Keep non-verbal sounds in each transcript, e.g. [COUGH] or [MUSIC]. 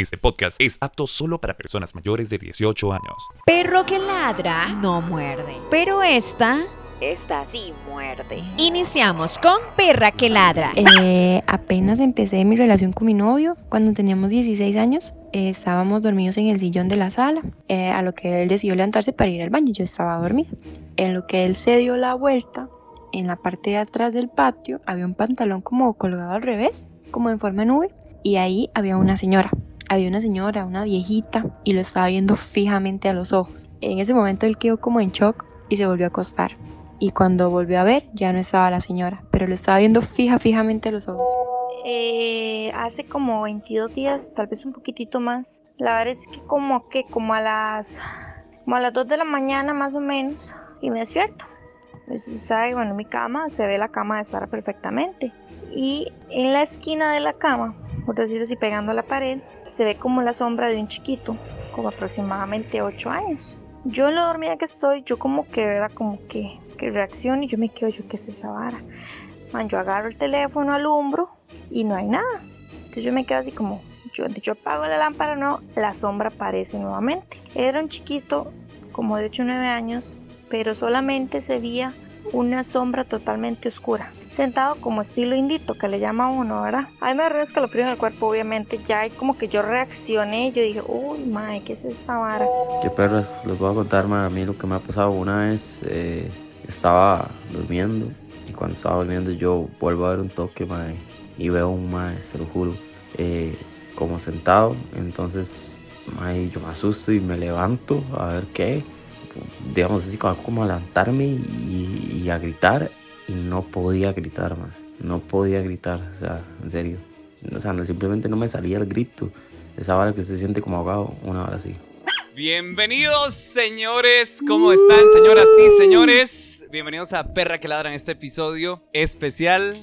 Este podcast es apto solo para personas mayores de 18 años. Perro que ladra no muerde, pero esta Esta sí muerde. iniciamos con perra que ladra. [LAUGHS] Eh, apenas empecé mi relación con mi novio, cuando teníamos 16 años, eh, estábamos dormidos en el sillón de la sala, eh, a lo que él decidió levantarse para ir al baño, yo estaba dormida. En lo que él se dio la vuelta, en la parte de atrás del patio había un pantalón como colgado al revés, como en forma de nube, y ahí había una señora. Había una señora, una viejita, y lo estaba viendo fijamente a los ojos. En ese momento él quedó como en shock y se volvió a acostar. Y cuando volvió a ver, ya no estaba la señora, pero lo estaba viendo fija, fijamente a los ojos. eh, hace como 22 días, tal vez un poquitito más. La verdad es que como que como a las como a las 2 de la mañana más o menos y me despierto. Usted sabe, bueno, mi cama, se ve la cama de Sara perfectamente. Y en la esquina de la cama, por decirlo así, pegando a la pared, se ve como la sombra de un chiquito, como aproximadamente 8 años. Yo en lo dormida que estoy, yo como que, ¿verdad? Como que, que reacciono y yo me quedo, yo qué es esa vara. Man, yo agarro el teléfono, alumbro y no hay nada. Entonces yo me quedo así como, yo, yo apago la lámpara, no, la sombra aparece nuevamente. Era un chiquito, como de 8 o 9 años, pero solamente se veía una sombra totalmente oscura. Sentado como estilo indito, que le llama a uno, ¿verdad? A mí me arruinó escalofrío en el cuerpo, obviamente. Ya hay como que yo reaccioné, yo dije, uy, mae, ¿qué es esta vara? Qué perras, les voy a contar ma, a mí lo que me ha pasado. Una vez eh, estaba durmiendo y cuando estaba durmiendo yo vuelvo a ver un toque mae, y veo un mae, se lo juro, eh, como sentado. Entonces mae, yo me asusto y me levanto a ver qué. Digamos así, como- como a levantarme y, y a gritar y no podía gritar, mae, no podía gritar, o sea, en serio. O sea, no- simplemente no me salía el grito. Esa hora que se siente como ahogado, una hora así. Bienvenidos, señores. ¿Cómo están, señoras y señores? Bienvenidos a Perra que Ladra en este episodio especial.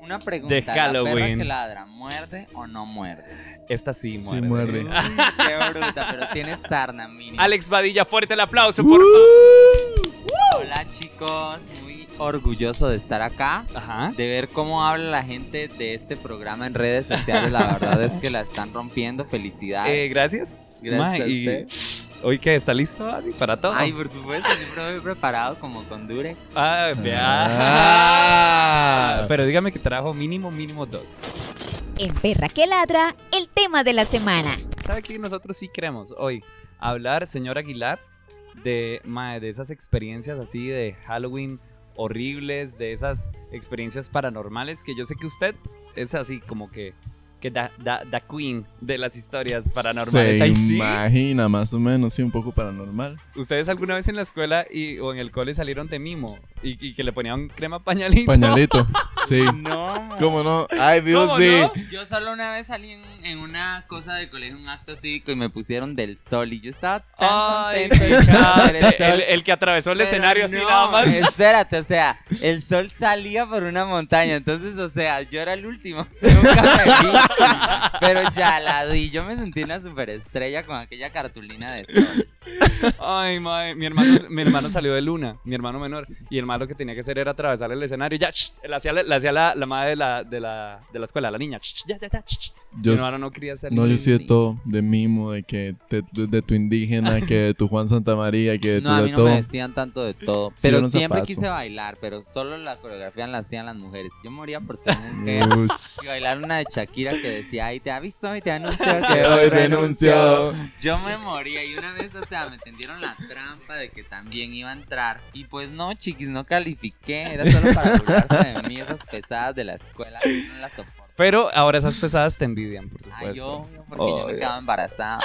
Una pregunta. De ¿La perra Halloween. que ladra, muerde o no muerde? Esta sí muerde. Uy, qué bruta, pero tiene sarna, mini. Alex Badilla, fuerte el aplauso por Hola, chicos. Muy orgulloso de estar acá. Ajá. De ver cómo habla la gente de este programa en redes sociales. La verdad es que la están rompiendo. Eh, Felicidades. gracias. Gracias Ma, a y... ¿Hoy qué? ¿Está listo así para todo? Ay, por supuesto, siempre me he preparado como con Durex. Ah, vea. Pero dígame que trajo mínimo, mínimo dos. En perra que ladra, el tema de la semana. ¿Sabe qué nosotros sí queremos hoy? Hablar, señor Aguilar, de, mae, de esas experiencias así de Halloween horribles, de esas experiencias paranormales que yo sé que usted es así como que, que da, da- da queen de las historias paranormales. Se Ay, sí. imagina, más o menos, sí, un poco [LAUGHS] paranormal. ¿Ustedes alguna vez en la escuela y, o en el cole salieron de mimo y, y que le ponían crema pañalito? Pañalito, sí. No. ¿Cómo no? Ay, Dios, ¿Cómo sí. no? Yo solo una vez salí en, en una cosa del colegio, un acto cívico, y me pusieron del sol. Y yo estaba tan Ay, contento. de fíjate, ver el sol. el, el que atravesó el Pero escenario así no, nada más. [LAUGHS] Espérate, o sea, el sol salía por una montaña, entonces, o sea, yo era el último. [LAUGHS] Nunca me vi. Pero ya la di. Yo me sentí una superestrella con aquella cartulina de sol. Ay, mae, mi hermano, mi hermano salió de luna, mi hermano menor, y el malo que tenía que hacer era atravesar el escenario, y ya, ch, le hacía, le hacía la, la madre de la, de, la, de la escuela, la niña, ch, ch, ya, ya, ya, ch, ch. Mi Yo, hermano no, no quería hacer yo ningún- sí de sí. todo. De mimo, de que te- de, de tu [LAUGHS] indígena, que de tu Juan Santa María, que de tu No, a de mí no todo. me vestían tanto de todo. Sí, Pero era un siempre zapazo. quise bailar, pero solo la coreografía la hacían las mujeres. Yo moría por ser [LAUGHS] mujer. Ush. Y bailar una de Shakira que decía, ay, te aviso y [LAUGHS] te anuncio [LAUGHS] que Hoy hoy renunció. renunció. Yo me moría y una vez, o sea, me tendieron la trampa de que también iba a entrar. Y pues no, chiquis, no califiqué. Era solo para burlarse de mí, esas pesadas de la escuela. yo No las soporto. Pero ahora esas pesadas te envidian, por Ay, Pues, yo, supuesto. porque yo me Obvio. quedaba embarazada.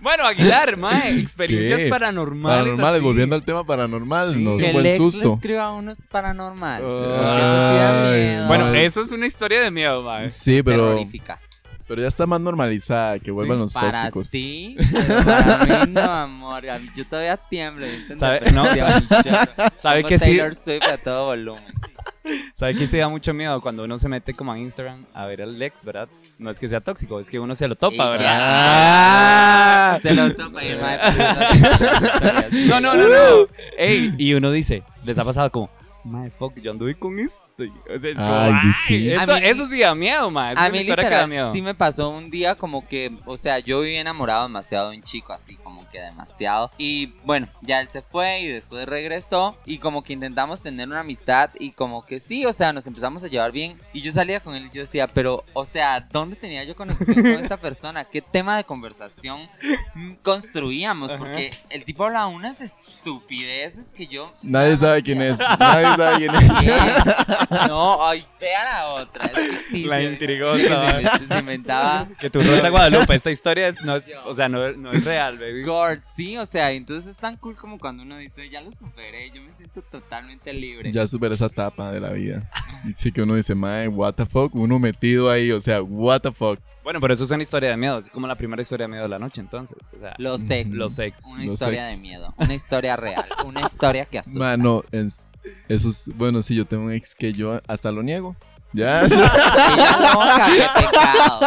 Bueno, Aguilar, mae, experiencias ¿Qué? paranormales. Paranormales, así. volviendo al tema paranormal, Sí. nos Que fue el el ex le susto. Oh, escriba a uno es paranormal. porque eso sí da Ay, miedo. Bueno, Ay. eso es una historia de miedo, mae. Sí, pero, terrorífica. pero ya está más normalizada, que vuelvan los para tóxicos. ti, pero para mí no, amor. A mí- Yo todavía tiemblo. Yo tengo ¿Sabe? No, depresión, chorro. ¿Sabe Pongo que sí? Taylor Swift a todo volumen. ¿Sabe quién se da mucho miedo cuando uno se mete como a Instagram a ver al ex, verdad? No es que sea tóxico, es que uno se lo topa, Y ¿verdad? Ah. ya. Se lo topa y [LAUGHS] el mae, pues, así, así, así. No, no, no, no. Ey, y uno dice, les ha pasado como, Mae, fuck, yo anduve con esto. Y- o sea, Ay, como, sí. eso, A mí- eso sí da miedo, mae. Eso es A una mí historia que da miedo. literal sí me pasó un día como que, o sea, yo viví enamorado demasiado de un chico, así como que demasiado. Y bueno, ya él se fue y después regresó y como que intentamos tener una amistad y como que sí, o sea, nos empezamos a llevar bien. Y yo salía con él y yo decía, pero, o sea, ¿dónde tenía yo conexión con esta persona? ¿Qué tema de conversación mm, construíamos? Ajá. Porque el tipo hablaba unas estupideces que yo... Nadie sabe quién es. Nadie sabe quién [LAUGHS] es. ¿Qué? No, ay, vea la otra. es ficticio. La intrigó, Se ¿sabes? invent- se inventaba Que tu Rosa Guadalupe, esta historia es, no es, o sea, no, no es real, baby. God, sí, o sea, entonces es tan cool como cuando uno dice, ya lo superé, yo me siento totalmente libre. Ya superé esa etapa de la vida. Dice que uno dice, mae, what the fuck. Uno metido ahí, o sea, what the fuck. Bueno, pero eso es una historia de miedo, así como la primera historia de miedo de la noche, entonces. O sea, Los ex. los ex. Una Los historia ex. de miedo, una historia real, una historia que asusta. Mano, es- eso es. Bueno, sí, yo tengo un ex que yo hasta lo niego. Ya, [LAUGHS] Ella loca, qué pecado.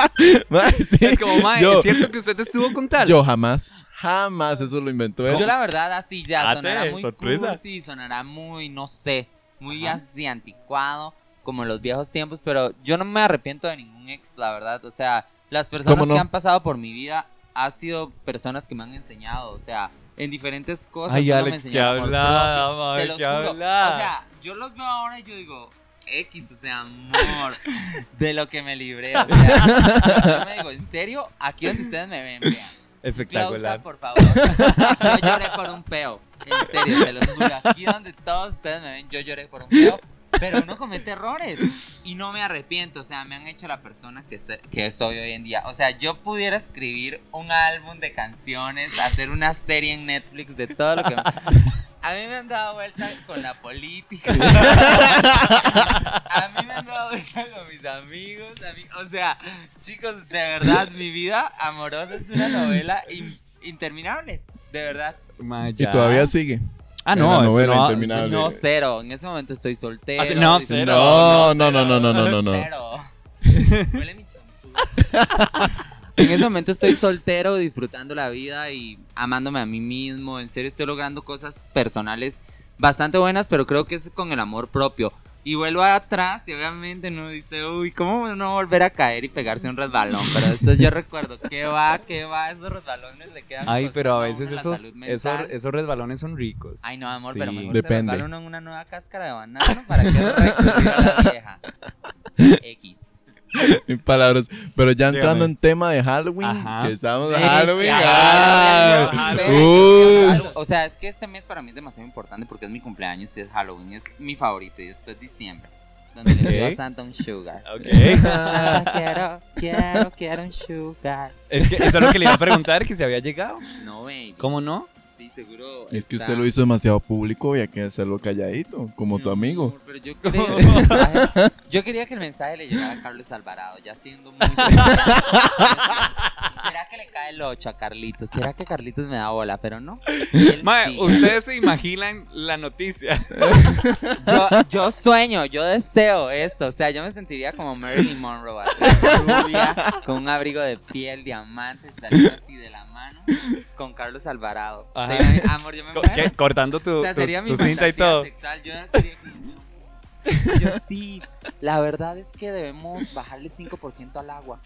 mae, sí. Es como, mae, Yo- es cierto que usted estuvo con tal. Yo jamás, jamás eso lo inventó él. Yo la verdad así ya Ate, sonará muy Ah, sorpresa. cursi, sonará muy, no sé, muy así anticuado, como en los viejos tiempos, pero yo no me arrepiento de ningún ex, la verdad. O sea, las personas no? que han pasado por mi vida han sido personas que me han enseñado, o sea, en diferentes cosas. Ay, uno me Alex, enseñó qué amor hablada, propio, mae, se los qué juro. hablada. O sea, yo los veo ahora y yo digo, X, o sea, amor, de lo que me libré, o sea, [LAUGHS] yo me digo, en serio, aquí donde ustedes me ven, vean. Clausa, Espectacular. por favor. Yo lloré por un peo. En serio, te lo juro. Aquí donde todos ustedes me ven, yo lloré por un peo. Pero uno comete errores. Y no me arrepiento. O sea, me han hecho la persona que, se- que soy hoy en día. O sea, yo pudiera escribir un álbum de canciones, hacer una serie en Netflix de todo lo que. A mí me han dado vuelta con la política. A mí me han dado vuelta con mis amigos. a mí- O sea, chicos, de verdad, mi vida amorosa es una novela in- interminable. De verdad. Mae, Y ya. todavía sigue. Ah, en no, la eso novela no- interminable. Dale. No, cero. En ese momento estoy soltero. Ah, sí, no, dice, cero. No, no, no, no, no, no, no, no. Cero. [LAUGHS] Huele mi champú. En ese momento estoy soltero, disfrutando la vida y amándome a mí mismo. En serio, estoy logrando cosas personales bastante buenas, pero creo que es con el amor propio. Y vuelvo atrás y obviamente uno dice, uy, ¿cómo no volver a caer y pegarse un resbalón? Pero eso yo recuerdo, ¿qué va? ¿Qué va? Esos resbalones le quedan. Ay, pero a veces costando uno pues, la esos, salud mental. esos, esos resbalones son ricos. Ay, no, amor, pero Sí. mejor Depende. se regala uno en una nueva cáscara de banano para que recurrir a la vieja. X. Mis palabras. Pero ya entrando Dígame. en tema de Halloween, Ajá. que estábamos de Sí, Halloween. sí, ah, Halloween, uy. Halloween. O sea, es que este mes para mí es demasiado importante porque es mi cumpleaños y es Halloween, es mi favorito. Y después diciembre, donde le pido a Ok. Santa un sugar. [LAUGHS] Ok. [LAUGHS] Santa, Ah, quiero, quiero, quiero un sugar. Es que eso es lo que le iba a preguntar, que se había llegado. No, baby. ¿Cómo no? Sí, seguro. Es que está- usted lo hizo demasiado público y hay que hacerlo calladito, como tu No, amigo. amor, Pero yo, creo que el mensaje- [LAUGHS] yo quería que el mensaje le llegara a Carlos Alvarado, ya siendo [LAUGHS] muy... ¿Será que le cae el 8 a Carlitos? ¿Será que Carlitos me da bola? Pero [LAUGHS] no. Él Mae, sí. ustedes se imaginan la [LAUGHS] noticia. [LAUGHS] yo, yo sueño, yo deseo esto. O sea, yo me sentiría como Marilyn Monroe, así, rubia, con un abrigo de piel, diamantes, saliendo así de la mano, con Carlos Alvarado. Ajá. Te imaginas- Amor, yo me Co- muero. que- Cortando tu, O sea, tu- sería mi tu cinta y fantasía todo. sexual. Yo sería como, Yo sí, la verdad es que debemos bajarle 5% al [LAUGHS] agua.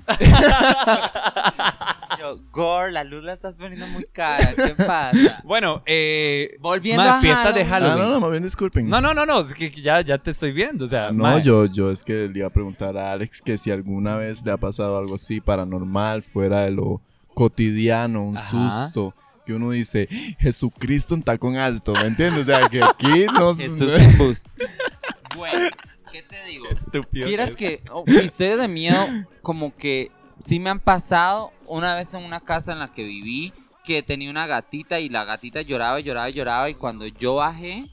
Yo, Gore, la luz la estás poniendo muy cara. ¿Qué pasa? Bueno, eh. Volviendo mae, a fiestas de Ah, Halloween. no, no, más bien disculpen. No, no, no, no, es que ya, ya te estoy viendo, o sea, No, mae. yo, yo es que le iba a preguntar a Alex que si alguna vez le ha pasado algo así paranormal, fuera de lo cotidiano, un Ajá. susto, que uno dice, Jesucristo en tacón alto, ¿me entiendes? O sea, que [LAUGHS] aquí no... Jesús en bus. Bueno, ¿qué te digo? Estúpido. [LAUGHS] Vieras que oh, historias de miedo como que sí me han pasado una vez en una casa en la que viví que tenía una gatita y la gatita lloraba y lloraba y lloraba y cuando yo bajé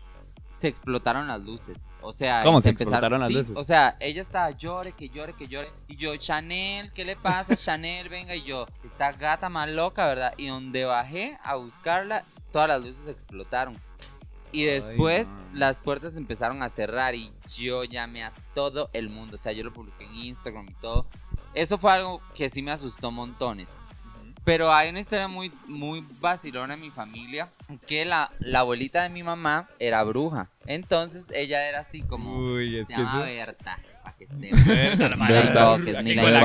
se explotaron las luces. O sea, ¿Cómo y se empezaron- explotaron las sí, luces? O sea, ella estaba llore, que llore, que llore. Y yo, Chanel, ¿qué le pasa? Chanel, venga. Y yo, esta gata más loca, ¿verdad? Y donde bajé a buscarla, todas las luces explotaron. Y después no. las puertas empezaron a cerrar y yo llamé a todo el mundo. O sea, yo lo publiqué en Instagram y todo. Eso fue algo que sí me asustó montones. Pero hay una historia muy, muy vacilona en mi familia, que la, la abuelita de mi mamá era bruja. Entonces ella era así como... Uy, es Se que llama eso... Berta, [LAUGHS] para que esté. [LAUGHS] Berta, la mala. Berta. Aquí con, con la-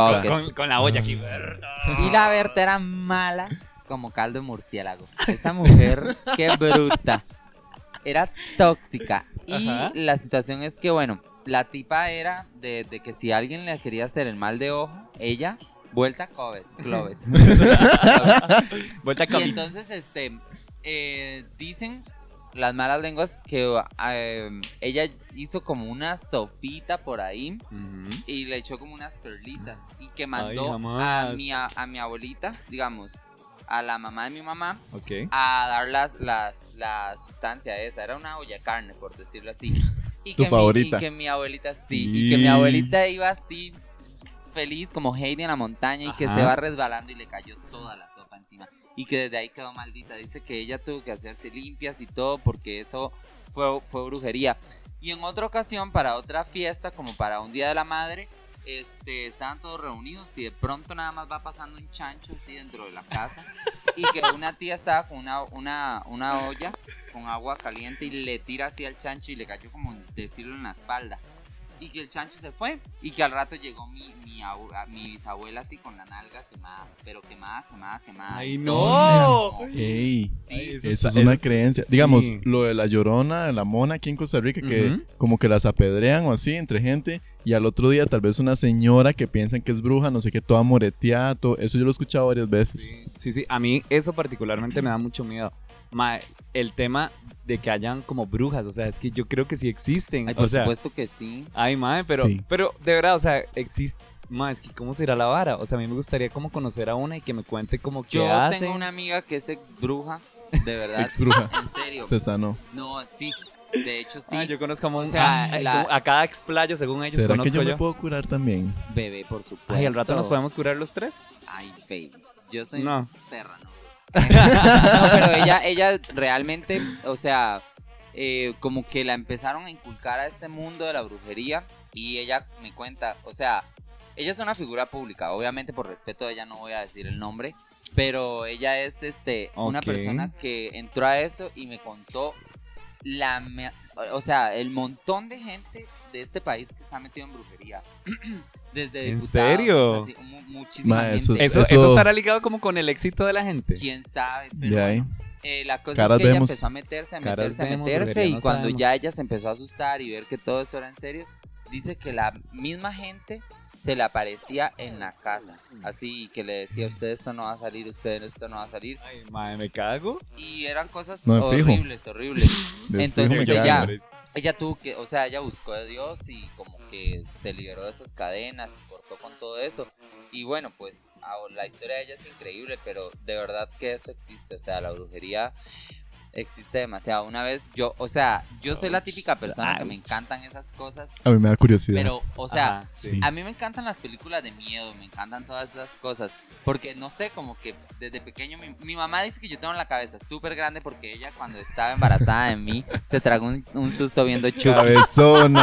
la, con- olla aquí. Berta. Y la Berta era mala como caldo de murciélago. Esa mujer, qué bruta. Era tóxica. Y Ajá. la situación es que, bueno, la tipa era de, de que si alguien le quería hacer el mal de ojo, ella, vuelta a Clovet. Clovet. Vuelta a Y entonces, este, eh, dicen las malas lenguas que eh, ella hizo como una sopita por ahí y le echó como unas perlitas y que mandó jamás. a mi, a, a mi abuelita, digamos, a la mamá de mi mamá, Ok. a dar las, las, la sustancia esa. Era una olla de carne, por decirlo así. Y Tu que favorita. Mi, y que mi abuelita sí. Y que mi Y- abuelita iba así, feliz, como Heidi en la montaña, y que Ajá. se va resbalando y le cayó toda la sopa encima. Y que desde ahí quedó maldita. Dice que ella tuvo que hacerse limpias y todo porque eso fue, fue brujería. Y en otra ocasión, para otra fiesta, como para un Día de la Madre, este, estaban todos reunidos y de pronto nada más va pasando un chancho así dentro de la casa y que una tía estaba con una, una, una olla con agua caliente y le tira así al chancho y le cayó como decirlo en la espalda. Y que el chancho se fue y que al rato llegó mi, mi, abu- a- mi bisabuela así con la nalga quemada, pero quemada, quemada, quemada. ¡Ay, Y no! todo enfermo. Ey. Sí, Ay, eso Eso es está- una es- creencia. Digamos, sí. lo de la llorona, de la mona aquí en Costa Rica, que Ujú. como que las apedrean o así entre gente, y al otro día tal vez una señora que piensan que es bruja, no sé qué, toda moreteada, todo- Eso yo lo he escuchado varias veces. Sí, sí, sí, a mí eso particularmente me da mucho miedo. Ma, el tema de que hayan como brujas, o sea, es que yo creo que sí existen. Ay, o por sea, supuesto que sí. Ay, madre, pero, Sí. pero de verdad, o sea, existe. Madre, es que cómo será la vara. O sea, a mí me gustaría como conocer a una y que me cuente como qué Yo hace. tengo una amiga que es ex bruja, de [LAUGHS] verdad. Ex bruja. En serio. Se sanó. No, sí. De hecho, sí. Ah, yo conozco a, un- O a- sea, a- la- a cada explayo, según ellos, ¿Será que conozco yo, me yo. puedo curar también? Bebé, por supuesto. Ay, al rato nos podemos curar los tres. Ay, babies. Yo soy No. perra, ¿no? [LAUGHS] No, pero ella, ella realmente, o sea, eh, como que la empezaron a inculcar a este mundo de la brujería y ella me cuenta, o sea, ella es una figura pública, obviamente por respeto a ella no voy a decir el nombre, pero ella es este una Ok. persona que entró a eso y me contó la, me- o sea, el montón de gente de este país que está metido en brujería. [CLEARS THROAT] Desde ¿En diputados, serio? así, mu- muchísima Ma, eso gente. es- Eso, eso... Eso- estará ligado como con el éxito de la gente. quién sabe, pero De ahí. eh, la cosa Caras es que vemos. ella empezó a meterse, a Caras meterse, vemos, a meterse. brujería, Y no cuando sabemos. ya ella se empezó a asustar y ver que todo eso era en serio, dice que la misma gente se le aparecía en la casa. Así que le decía, usted esto no va a salir, usted esto no va a salir. Ay, madre, me cago. Y eran cosas No, fijo. horribles, horribles. De Entonces, fijo me ella- cago. Ella tuvo que, o sea, ella buscó a Dios y como que se liberó de esas cadenas y cortó con todo eso. Y bueno, pues a- la historia de ella es increíble, pero de verdad que eso existe, o sea, la brujería existe demasiado. Una vez yo, o sea, yo soy la típica persona que me encantan esas cosas, A mí me da curiosidad. pero, o sea, Ajá, [LAUGHS] sí. a mí me encantan las películas de miedo, me encantan todas esas cosas, porque no sé, como que desde pequeño mi, mi mamá dice que yo tengo la cabeza súper grande porque ella cuando estaba embarazada de mí se tragó un, un susto viendo Chucky. [LAUGHS] Cabezona.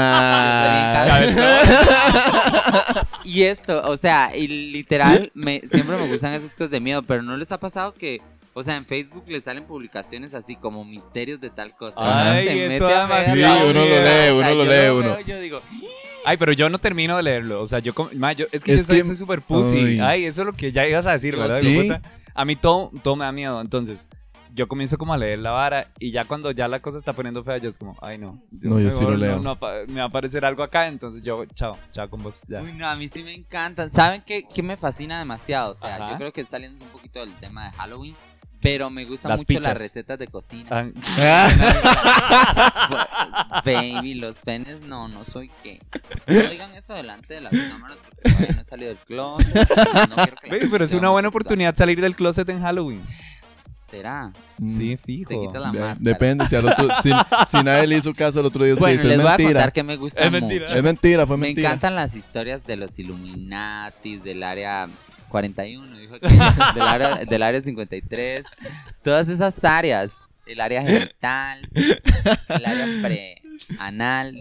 Y esto, o sea, y literal, me, siempre me gustan esas cosas de miedo, pero ¿no les ha pasado que, o sea, en Facebook les salen publicaciones así como misterios de tal cosa? Ay, Uno se eso mete da a más ver Sí, la uno lo otra, lee, uno yo lo lo lee, veo, uno. Yo digo, Ay, pero yo no termino de leerlo. O sea, yo, com- ma, yo- es que Es yo soy- que- soy súper pussy. Ay. Ay. eso es lo que ya ibas a decir, Yo ¿verdad? sí. hijueputa? A mí todo, todo me da miedo. Entonces, yo comienzo como a leer la vara y ya cuando ya la cosa está poniendo fea, yo es como, ay, no. No, yo mejor sí lo leo. no apa- me va a aparecer algo acá, entonces yo, chao, chao con vos. Ya. Uy, no, a mí sí me encantan. ¿Saben qué, qué me fascina demasiado? O sea, Ajá. yo creo que saliendo un poquito del tema de Halloween, pero me gustan Las mucho pichas. las recetas de cocina. [LAUGHS] Ah, Baby, los penes, no, no soy gay. No digan eso delante de las cámaras porque todavía no he salido del closet. No quiero que la baby, gente pero es sea una buena homosexual. oportunidad salir del closet en Halloween. ¿Será? Mm. Sí, Te fijo. [LAUGHS] quita la De- máscara. Depende, si, al otro, si, si nadie le hizo caso el otro [LAUGHS] día, Bueno, sí, les es voy a contar mentira. que me gusta Es mentira. mucho. Es mentira, fue Me mentira. encantan las historias de los Illuminatis, del área 41, dijo que- [LAUGHS] del, área, del área 53, todas esas áreas, el área genital, el área preanal.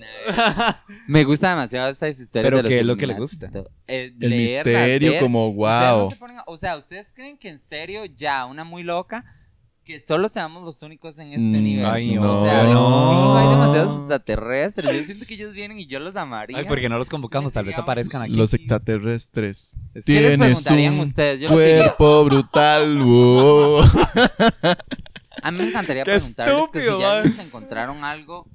Me gusta demasiado esas historias Pero de los ¿qué es lo que le Illuminatis, gusta? todo. Eh, El leerlas, misterio, ver. como Ustedes no wow. se ponen a- O sea, o sea, ¿ustedes creen que en serio ya una muy loca que solo seamos los únicos en este Mm, universo? ay, no. O sea, conmigo hay No. demasiados extraterrestres. Yo siento que ellos vienen y yo los amaría. Ay, porque no los convocamos, tal vez aparezcan aquí. Los extraterrestres. Es ¿Qué les Tienes preguntarían un ustedes? Yo les diría, cuerpo [LAUGHS] brutal. wow. a mí [LAUGHS] me encantaría Qué preguntarles que si estúpido, ya man. les encontraron algo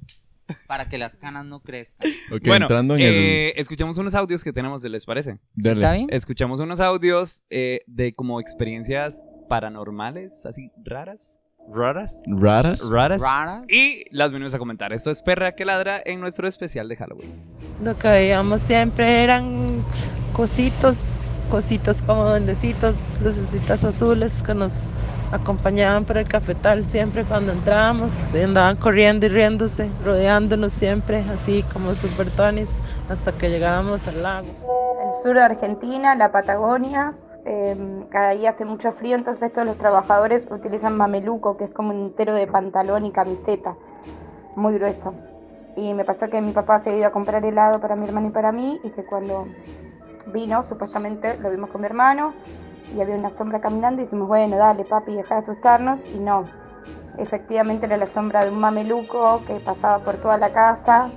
para que las canas no crezcan. Ok, bueno, entrando en el. eh, escuchemos unos audios que tenemos, ¿les parece? dale. ¿Está bien? Escuchamos unos audios eh, de como experiencias paranormales, así raras, raras, ¿Raras? raras. Raras. Pues, Y las venimos a comentar. Esto es Perra que Ladra en nuestro especial de Halloween. Lo que veíamos siempre eran cositos, cositos como duendecitos, lucecitas azules que nos acompañaban por el cafetal siempre cuando entrábamos, y andaban corriendo y riéndose, rodeándonos siempre, así como super tonis, hasta que llegáramos al lago. el sur de Argentina, la Patagonia. eh, ahí hace mucho frío, entonces todos los trabajadores utilizan mameluco, que es como un entero de pantalón y camiseta, muy grueso. Y me pasó que mi papá se había ido a comprar helado para mi hermano y para mí, y que cuando vino, supuestamente lo vimos con mi hermano, y había una sombra caminando, y dijimos, bueno, dale papi, deja de asustarnos, y no. Efectivamente era la sombra de un mameluco que pasaba por toda la casa,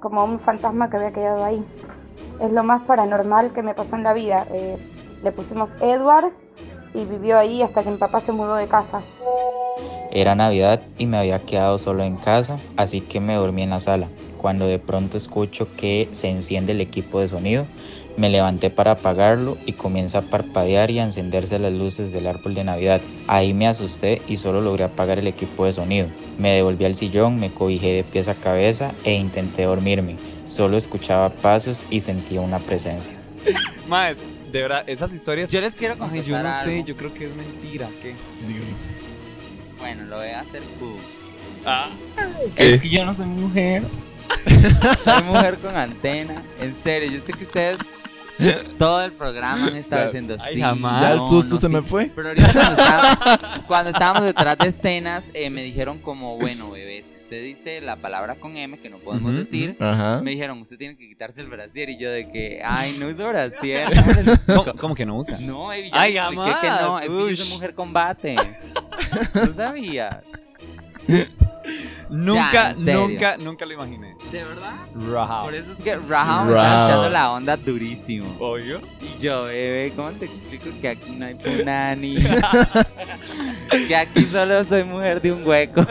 como un fantasma que había quedado ahí es lo más paranormal que me pasó en la vida. Eh, le pusimos Edward y vivió ahí hasta que mi papá se mudó de casa. Era Navidad y me había quedado solo en casa, así que me dormí en la sala. Cuando de pronto escucho que se enciende el equipo de sonido, me levanté para apagarlo y comienza a parpadear y a encenderse las luces del árbol de Navidad. Ahí me asusté y solo logré apagar el equipo de sonido. Me devolví al sillón, me cobijé de pies a cabeza e intenté dormirme. Solo escuchaba pasos y sentía una presencia. Más, de verdad, esas historias. Yo les quiero Ay, confesar yo no sé, algo. yo creo que es mentira. ¿Qué? Bueno, lo voy a hacer tú. Ah, Es que yo no [LAUGHS] soy mujer. soy mujer con antena. En serio, yo sé que ustedes todo el programa han estado Ya- diciendo ay, sí. jamás. ya el no, susto no, se sí". me fue. Pero [LAUGHS] ahorita cuando, estaba- cuando estábamos detrás de escenas, eh, me dijeron como, bueno, bebé, si usted dice la palabra con M que no podemos Ujú, decir, Ajá. ¿Ah? me dijeron, usted tiene que quitarse el brasier. Y yo de que, ay, no uso [LAUGHS] brasier. ¿cómo les explico?". ¿Cómo, cómo que no usa? [LAUGHS] No, baby, yo Ay, le expliqué que jamás. no, es que yo soy Ush. mujer combate. ¿No sabías? Nunca, en serio. nunca, nunca lo imaginé. ¿De verdad? Rajao. Ah. Por eso es que Raja me está Rajao. echando la onda durísimo. Obvio. Y yo, bebé, ¿cómo te explico que aquí no [LAUGHS] hay punani? que aquí solo soy mujer de un hueco.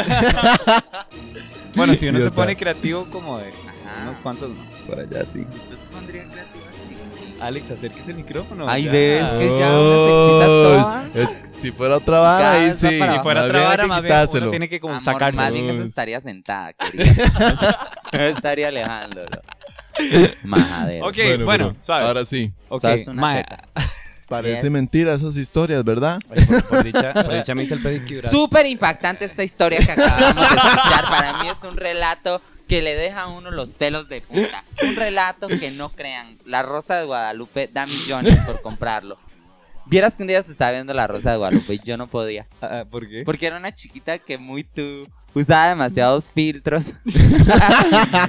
Bueno, si uno se Idiota. pone creativo como de Ajá. unos cuantos más por allá, sí. ¿Usted se pondría creativo así? Alex, acérquese el micrófono. Ay, ya. bebé, [LAUGHS] es que ya una se excita toda. Oh, es- es- si fuera otra vara, Cada ahí vez va sí. para Si abajo. fuera más otra bien hay vara, que más bien, uno quitárselo. tiene que como Amor, sacarse. Más bien eso estaría sentada, querida. [LAUGHS] No [LAUGHS] estaría alejándolo. Majadero. Ok, bueno, pero suave. Ahora sí. Ok, Sas una mae. teta. Parece Yes. mentira esas historias, ¿verdad? Oye, [LAUGHS] Por, por [LAUGHS] dicha, por dicha me hice el pedicure. Súper impactante esta historia que acabamos de escuchar. Para mí es un relato que le deja a uno los pelos de punta. Un relato que no crean. La Rosa de Guadalupe da millones por comprarlo. Vieras que un día se estaba viendo la Rosa de Guadalupe y yo no podía. Ah, ah, ¿Por qué? Porque era una chiquita que muy tú usaba demasiados [LAUGHS] filtros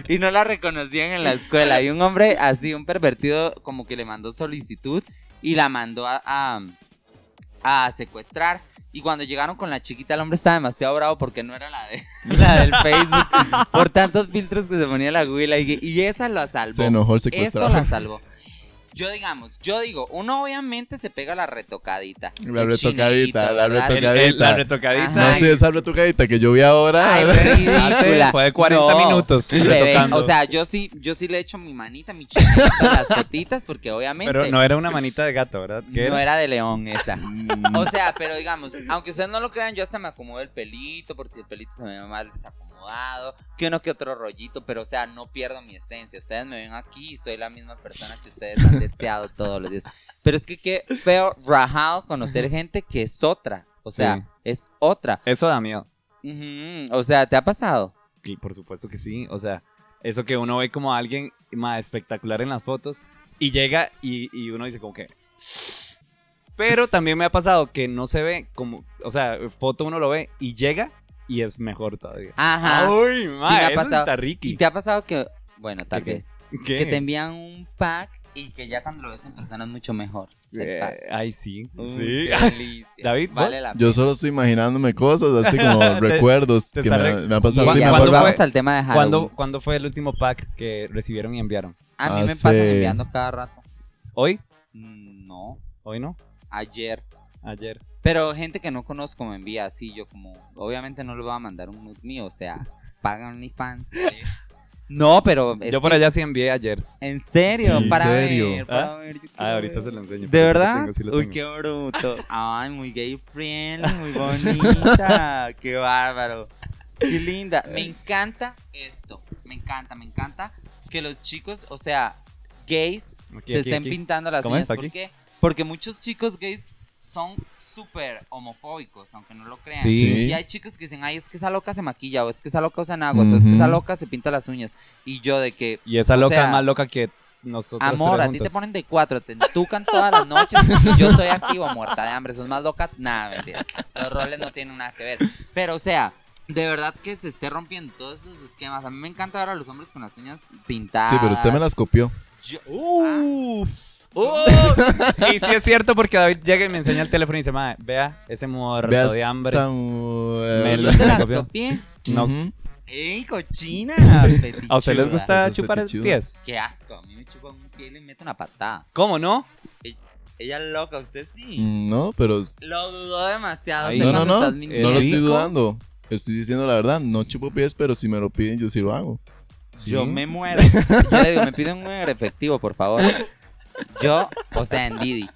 y no la reconocían en la escuela. Y un hombre así, un pervertido, como que le mandó solicitud y la mandó a, a- a secuestrar. Y cuando llegaron con la chiquita, el hombre estaba demasiado bravo porque no era la, de, [LAUGHS] la del Facebook. por tantos filtros que se ponía la güila. Y, y esa lo salvó. Se enojó el Eso la secuestrador. salvó. Yo digamos, yo digo, uno obviamente se pega la retocadita. La El retocadita, la ¿verdad? El- el- la Tocadita. retocadita. Ajá. No sé, esa retocadita que yo vi ahora. Ay, ¿verdad? ridícula. Fue de 40 minutos bebé, retocando. O sea, yo sí, yo sí le echo mi manita, mi chiquita, las patitas, porque obviamente Pero no era una manita de gato, ¿verdad? no ¿Qué era? era? de león esa. Mm, O sea, pero digamos, aunque ustedes no lo crean, yo hasta me acomodo el pelito, por si el pelito se me ve mal desacomodado, que uno que otro rollito, pero o sea, no pierdo mi esencia. Ustedes me ven aquí y soy la misma persona que ustedes han deseado todos los días. Pero es que qué feo, rajado conocer gente que es otra. O sea, Sí. es otra. Eso da miedo. Ujú, O sea, ¿te ha pasado? Y Por supuesto que sí. O sea, eso que uno ve como a alguien más espectacular en las fotos y llega y, y uno dice como que... Pero también me ha pasado que no se ve como... O sea, foto uno lo ve y llega y es mejor todavía. Ajá. Uy, mae, me ha eso pasado. está ricky. ¿Y te ha pasado que, bueno, tal ¿Qué, qué? vez, ¿Qué? que te envían un pack y que ya cuando lo ves en persona es mucho mejor. Eh, ay, sí. Mm, sí. [LAUGHS] qué delicia. David, ¿vos? Vale la Yo solo estoy imaginándome cosas, así como [LAUGHS] Te- recuerdos te que me, sale- ha- me ha pasado. Y Sí, me ya, ha ¿cuándo pasado. fue? Vamos al tema de Halloween. ¿Cuándo, cuándo fue el último pack que recibieron y enviaron? A mí me Hace- pasan enviando cada rato. ¿Hoy? Mm, No, ¿Hoy no? ayer. Ayer. Pero gente que no conozco me envía así, yo como, obviamente no le voy a mandar un nude mío, o sea, pagan [LAUGHS] mi fans. No, pero es Yo por que- allá sí envié ayer. En serio, Sí, para ¿en serio? ver, para ¿Ah? ver. yo Ah, quiero ahorita ver. se lo enseño, ¿De porque sí lo verdad? tengo, sí lo Uy, tengo. [LAUGHS] qué bruto. Ay, muy gay friendly, [LAUGHS] muy bonita. qué bárbaro. Qué linda. Me encanta esto. Me encanta, me encanta que los chicos, o sea, gays, Aquí, se aquí, estén aquí. pintando las ¿Cómo es? uñas. Aquí. ¿Por qué? Porque muchos chicos gays son súper homofóbicos, aunque no lo crean. Sí. Y hay chicos que dicen, ay, es que esa loca se maquilla, o es que esa loca usa naguas, o es que Ujú. esa loca se pinta las uñas. Y yo de que... Y esa o loca sea, es más loca que nosotros. Amor, tres a ti te juntos. ponen de cuatro, te entucan todas las noches. y Yo soy activo, muerta de hambre, sos más loca. Nada, mentira. Los roles no tienen nada que ver. Pero, o sea, de verdad que se esté rompiendo todos esos esquemas. A mí me encanta ver a los hombres con las uñas pintadas. Sí, pero usted me las copió. Yo- Uh, Uf. [LAUGHS] y sí es cierto porque David llega y me enseña el teléfono y dice, madre, vea, ese muerto Veas de hambre. tan- Me lo- ¿Yo te [LAUGHS] las copió. copié? No. Ujú. ¡Ey, cochina! [LAUGHS] ¿A usted les fetichuda. gusta Eso es chupar el fetichuda. pies? ¡Qué asco! A mí me chupan un pie y le meto una patada. ¿Cómo no? Ella es loca, usted sí. Mm, No, pero. Lo dudó demasiado. Ay, sé no, no, cuando no. estás No mintiendo. lo estoy Rico. dudando. Estoy diciendo la verdad. No chupo pies, pero si me lo piden, yo sí lo hago. Sí. Yo me muero. Yo le digo, me piden un efectivo, por favor. Yo, o sea, en Didi.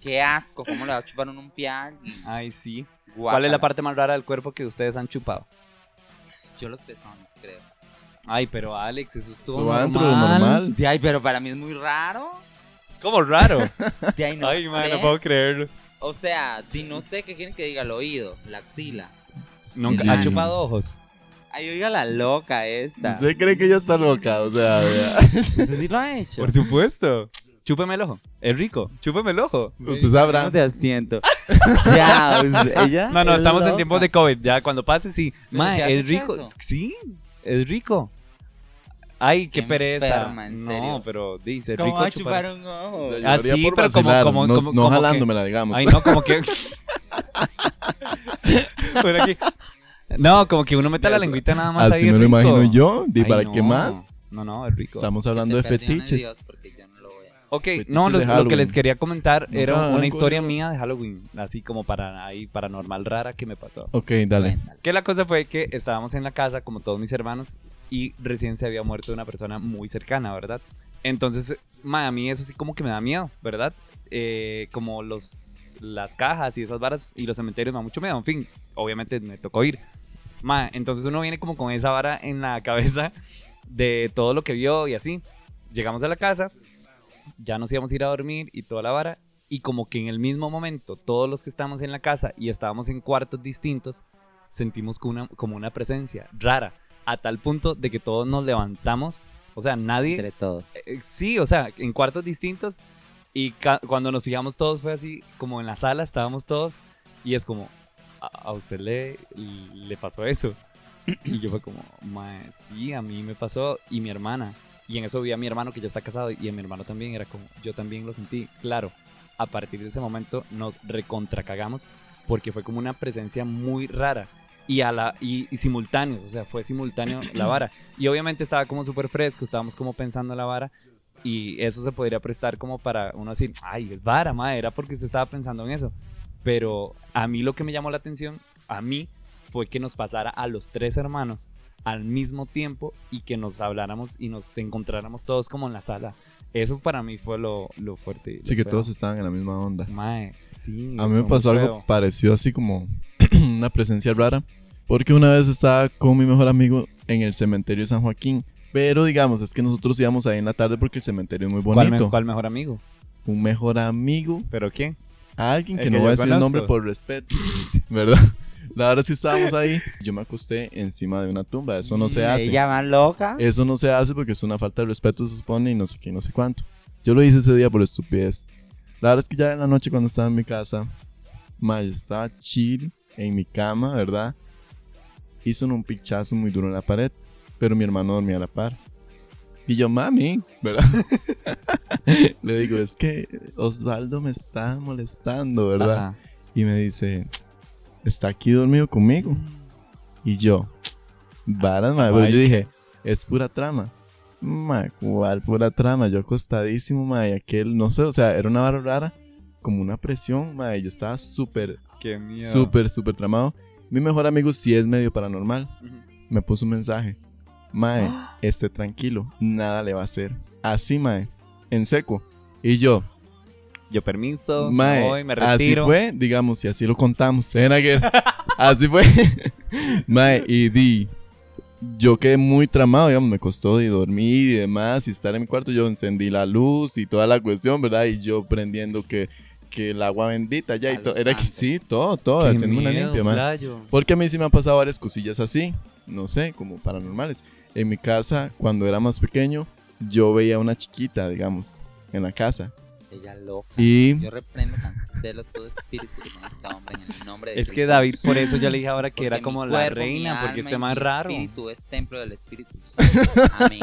Qué asco, cómo le va a chupar uno un piano. Ay, sí. ¿Cuál es la parte más rara del cuerpo que ustedes han chupado? Yo los pezones, creo. Ay, pero Alex, eso estuvo Eso normal. va dentro de lo normal. De ahí, pero para mí es muy raro. ¿Cómo raro? De ahí [LAUGHS] no Ay, sé. madre, no puedo creerlo. O sea, de no sé qué quieren que diga el oído, la axila. Nunca Sí. ha chupado ojos. Ay, oiga la loca esta. ¿Usted cree que ella está loca? O [LAUGHS] sea, vea. Eso sí lo ha hecho. Por supuesto. Chúpeme el ojo. Es rico. Chúpeme el ojo. usted sabrá. No te asiento. ya, o sea, ella. No, no, es estamos en loca. tiempos de COVID. Ya cuando pase, sí. Ah, Pero Mae, si has es hecho rico. eso. Sí, es rico. Ay, qué, Qué pereza. enferma, en serio. No, pero dice, ¿Cómo rico va a chupar. chupar un O ojo? sea, yo Ah, haría sí, por pero como- vacilar, como- no, como- no como que- jalándomela, digamos. Ay, no, como que. [LAUGHS] Por aquí. No, como que uno mete la lengüita nada más Así ahí. me lo rico. imagino yo. ¿Y Ay, para no. qué más? No, no, es rico. Estamos hablando de Te perdí, fetiches. Dios, porque yo no lo voy a hacer. Ok, Fetiches no, de lo, lo que Halloween. les quería comentar No, era algo una historia yo- mía de Halloween, así como para ahí paranormal rara que me pasó. Ok, dale. Que la cosa fue que estábamos en la casa, como todos mis hermanos, y recién se había muerto una persona muy cercana, ¿verdad? Entonces, ma, a mí eso sí como que me da miedo, ¿verdad? Eh, como los, las cajas y esas varas y los cementerios me da mucho miedo. En fin, obviamente me tocó ir. Ma, entonces uno viene como con esa vara en la cabeza de todo lo que vio y así. Llegamos a la casa, ya nos íbamos a ir a dormir y toda la vara. Y como que en el mismo momento, todos los que estábamos en la casa y estábamos en cuartos distintos, sentimos como una, como una presencia rara, a tal punto de que todos nos levantamos, o sea, nadie, Entre todos. eh, sí, o sea, en cuartos distintos, y ca- cuando nos fijamos todos fue así, como en la sala estábamos todos, y es como, a, a usted le, le pasó eso. Y yo fue como, "Mae, sí, a mí me pasó, y mi hermana, y en eso vi a mi hermano que ya está casado, y a mi hermano también, era como, yo también lo sentí, claro. A partir de ese momento nos recontracagamos porque fue como una presencia muy rara y, a la, y, y simultáneos, o sea, fue simultáneo la vara. Y obviamente estaba como súper fresco, estábamos como pensando la vara y eso se podría prestar como para uno decir, ay, es vara, madre, era porque se estaba pensando en eso. Pero a mí lo que me llamó la atención, a mí, fue que nos pasara a los tres hermanos al mismo tiempo y que nos habláramos y nos encontráramos todos como en la sala. Eso para mí fue lo, lo fuerte. y lo Sí, que feo. todos estaban en la misma onda. Mae, sí. A mí me fue pasó muy algo feo. parecido así como [CLEARS THROAT] una presencia rara. Porque una vez estaba con mi mejor amigo en el cementerio de San Joaquín. Pero digamos, es que nosotros íbamos ahí en la tarde porque el cementerio es muy ¿Cuál, bonito. me- cuál mejor amigo? Un mejor amigo, ¿Pero quién? alguien El que que no yo va a decir el conozco. nombre por respeto, [LAUGHS] ¿verdad? La verdad es que estábamos ahí. Yo me acosté encima de una tumba. Eso no Mm, se hace. Ella más loca. Eso no se hace porque es una falta de respeto, se supone, y no sé qué, y no sé cuánto. Yo lo hice ese día por estupidez. La verdad es que ya en la noche cuando estaba en mi casa, ma, yo estaba chill en mi cama, ¿verdad? Hizo un pichazo muy duro en la pared, pero mi hermano dormía a la par. Y yo, mami, ¿verdad? [LAUGHS] Le digo, es que Osvaldo me está molestando, ¿verdad? Ajá. Y me dice, está aquí dormido conmigo. Y yo, varas, madre. Pero yo Mike. dije, es pura trama. Ma, ¿cuál pura trama? Yo acostadísimo, ma, y aquel, no sé, o sea, era una vara rara, como una presión, ma, y yo estaba súper, Qué miedo. súper, súper tramado. Mi mejor amigo sí es medio paranormal. Ujú. Me puso un mensaje. [GASPS] Mae, esté tranquilo, nada le va a hacer. Así, mae, en seco. Y yo, Yo permiso, Mae, me voy, me retiro. Así fue, digamos, y así lo contamos. [LAUGHS] ¿eh, Naguer? así fue. [LAUGHS] Mae, y di. Yo quedé muy tramado, digamos, me costó de dormir y demás, y estar en mi cuarto. Yo encendí la luz y toda la cuestión, ¿verdad? Y yo prendiendo que, que el agua bendita ya y todo. Era que sí, todo, todo, Qué haciendo Oh, una miedo, limpia, mae. playo. Porque a mí sí me han pasado varias cosillas así, no sé, como paranormales. En mi casa, cuando era más pequeño, yo veía a una chiquita, digamos, en la casa. Ella loca. Y- Yo reprendo, cancelo todo espíritu que no está, hombre, en el nombre de Es que Jesús. David, por eso yo le dije ahora que Porque era mi como la cuerpo, reina, mi porque alma este y man mi raro. espíritu es templo del espíritu santo. Amén.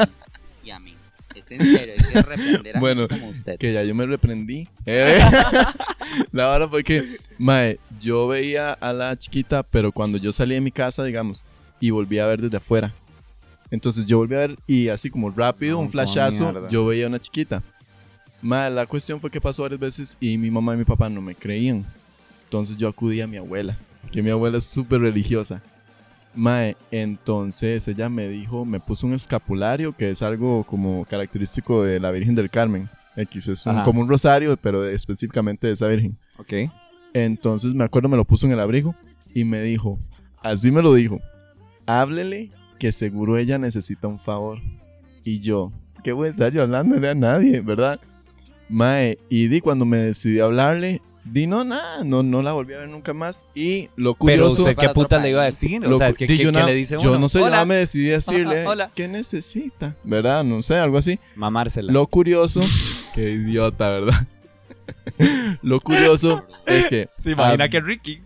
Y amén. Es en serio, hay que reprender a bueno, gente como usted. que ya yo me reprendí. Eh, [LAUGHS] la verdad fue que, mae, yo veía a la chiquita, pero cuando yo salí de mi casa, digamos, y volví a ver desde afuera. Entonces yo volví a ver y así como rápido, un como flashazo, mierda. yo veía a una chiquita. Mae, la cuestión fue que pasó varias veces y mi mamá y mi papá no me creían. Entonces yo acudí a mi abuela, que mi abuela es súper religiosa. Mae, entonces ella me dijo, me puso un escapulario que es algo como característico de la Virgen del Carmen. X es un- Ajá. como un rosario, pero de- específicamente de esa Virgen. Ok. Entonces me acuerdo, me lo puso en el abrigo y me dijo, así me lo dijo, háblele que seguro ella necesita un favor. Y yo, ¿qué voy a estar yo hablándole a nadie, verdad? Mae, y di cuando me decidí a hablarle, di no, nada, no, no la volví a ver nunca más. Y lo Pero curioso- usted qué puta le iba a decir, o Lo sea, cu- es que di, ¿qué, yo qué na- le dice uno? Yo no sé, yo Hola. nada me decidí a decirle, Hola. ¿qué necesita? ¿Verdad? No sé, algo así. Mamársela. Lo curioso, qué idiota, ¿verdad? [LAUGHS] Lo curioso es que. Se imagina ah, que Ricky.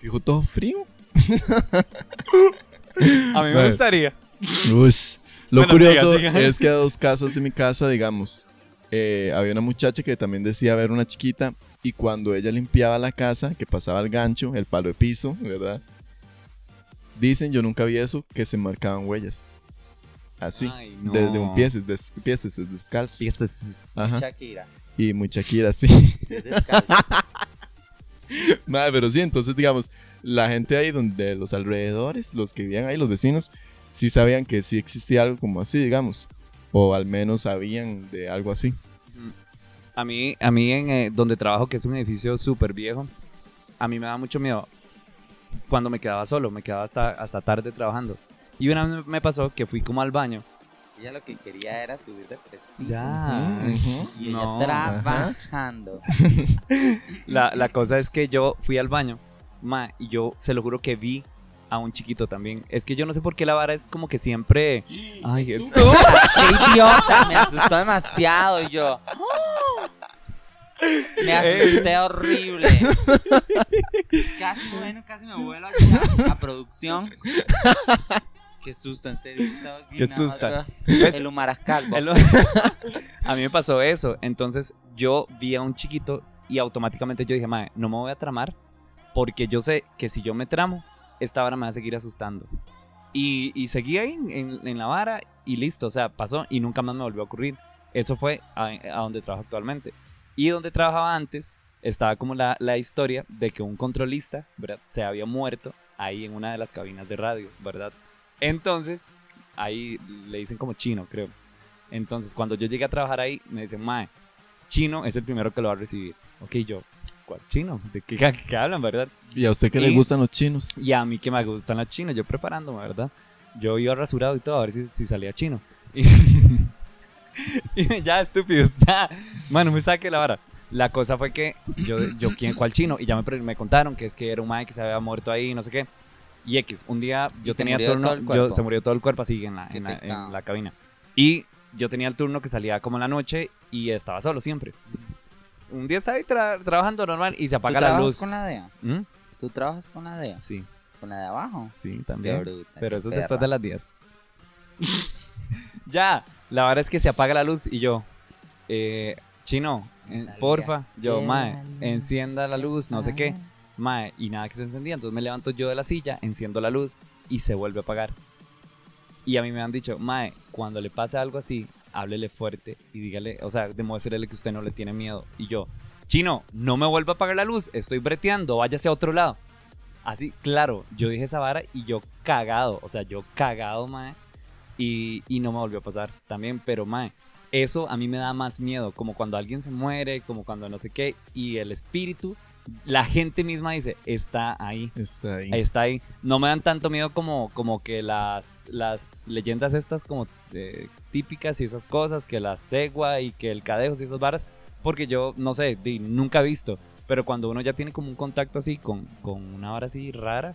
Fijo todo frío. A mí me Bueno. gustaría. Ush. Lo Bueno, curioso siga, siga. es que a dos casas de mi casa, digamos, eh, había una muchacha que también decía ver una chiquita y cuando ella limpiaba la casa, que pasaba el gancho, el palo de piso, ¿verdad? Dicen, yo nunca vi eso, que se marcaban huellas. Así, Ay, no. desde un pie, des, pies, des- descalzos. este Ajá. Shakira. Y muy Shakira, sí. Madre, pero sí, entonces digamos, la gente ahí donde los alrededores, los que vivían ahí, los vecinos, sí sabían que sí existía algo como así, digamos. O al menos sabían de algo así. A mí, a mí en eh, donde trabajo, que es un edificio súper viejo, a mí me da mucho miedo cuando me quedaba solo, me quedaba hasta, hasta tarde trabajando. Y una vez me pasó que fui como al baño. Ella lo que quería era subir de prestigio. Ya. Y ella No. trabajando. La, la cosa es que yo fui al baño, ma, y yo se lo juro que vi a un chiquito también. Es que yo no sé por qué la vara es como que siempre. Ay, es. ¡Qué idiota! Me asustó demasiado y yo. Me Eh. asusté horrible. Casi bueno, casi me vuelo allá a producción. Qué susto, en serio. yo estaba aquí Qué nada más, susto. ¿verdad? El humarascalvo. El- a mí me pasó eso. Entonces yo vi a un chiquito y automáticamente yo dije, madre, no me voy a tramar porque yo sé que si yo me tramo, esta vara me va a seguir asustando. Y, y seguí ahí en, en- en la vara y listo, o sea, pasó y nunca más me volvió a ocurrir. Eso fue a, a donde trabajo actualmente. Y donde trabajaba antes, estaba como la, la historia de que un controlista ¿verdad? se había muerto ahí en una de las cabinas de radio, ¿verdad? Entonces, ahí le dicen como chino, creo. Entonces, cuando yo llegué a trabajar ahí, me dicen, Mae, chino es el primero que lo va a recibir. Ok, yo, ¿cuál chino? ¿De qué, [LAUGHS] qué hablan, verdad? ¿Y a usted qué le gustan los chinos? Y a mí que me gustan los chinos, yo preparándome, ¿verdad? Yo iba rasurado y todo, a ver si, si salía chino. [LAUGHS] Y, y ya, estúpido, está. Mano, me saque la vara. La cosa fue que yo, yo ¿quién, ¿cuál chino? Y ya me, pre- me contaron que es que era un mae que se había muerto ahí, no sé qué. Y X, un día Y yo se tenía murió turno, todo el yo- cuerpo. se murió todo el cuerpo así en la, Qué en, la, en pecado. la cabina. Y yo tenía el turno que salía como en la noche y estaba solo siempre. Un día estaba ahí tra- trabajando normal y se apaga la trabajas luz. con la DEA? ¿Mm? ¿Tú trabajas con la DEA? Sí. ¿Con la de abajo? Sí, también. Qué bruta, Pero qué eso es perra. después de las 10. ya, la verdad es que se apaga la luz y yo, eh, chino, eh, porfa, yo, Que mae, la luz encienda la luz, no sé qué, mae, y nada que se encendía. Entonces me levanto yo de la silla, enciendo la luz y se vuelve a apagar. Y a mí me han dicho, mae, cuando le pase algo así, háblele fuerte y dígale, o sea, demuéstrele que usted no le tiene miedo. Y yo, chino, no me vuelva a apagar la luz, estoy breteando, váyase a otro lado. Así, claro, yo dije esa vara y yo cagado, o sea, yo cagado, mae, y, y no me volvió a pasar también, pero mae, eso a mí me da más miedo, como cuando alguien se muere, como cuando no sé qué, y el espíritu, la gente misma dice, está ahí. Está ahí. Está ahí. No me dan tanto miedo como, como que las, las leyendas estas como eh, típicas y esas cosas, que la cegua y que el cadejo y esas varas, porque yo, no sé, di, nunca he visto, pero cuando uno ya tiene como un contacto así con, con una vara así rara,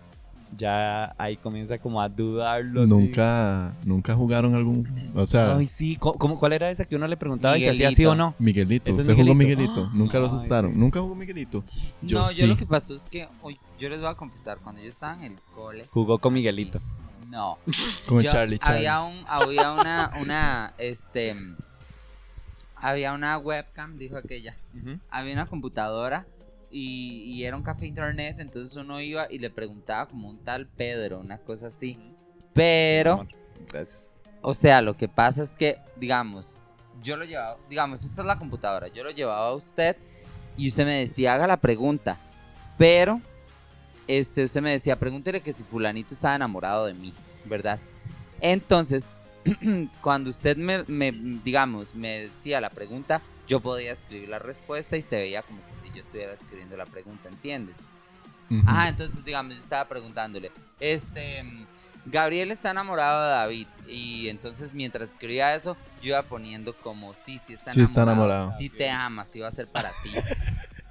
ya ahí comienza como a dudarlo. así. Nunca, nunca jugaron algún, o sea. Ay, sí, ¿cómo- cómo- ¿cuál era esa que uno le preguntaba y si hacía sí o no? Miguelito, Ese es usted jugó Miguelito. [GASPS] Miguelito, nunca lo Ay, asustaron, nunca jugó Miguelito. Yo no, sí. yo lo que pasó es que, uy, yo les voy a confesar, cuando yo estaba en el cole, Jugó con Miguelito. No. Como Yo- Charlie, Había, un, había una, una, este, había una webcam, dijo aquella. Había una computadora y, y era un café internet, entonces uno iba y le preguntaba como un tal Pedro, una cosa así. Pero, o sea, lo que pasa es que, digamos, yo lo llevaba, digamos, esta es la computadora, yo lo llevaba a usted y usted me decía, haga la pregunta. Pero, este, usted me decía, pregúntele que si fulanito estaba enamorado de mí, ¿verdad? Entonces, [CLEARS THROAT] cuando usted me, me, digamos, me decía la pregunta, yo podía escribir la respuesta y se veía como que si yo estuviera escribiendo la pregunta, ¿entiendes? Ujú. Ajá, entonces, digamos, yo estaba preguntándole, este, Gabriel está enamorado de David. Y entonces, mientras escribía eso, yo iba poniendo como, sí, sí está enamorado. Sí está enamorado. Sí te ama, sí va a ser para ti. [LAUGHS]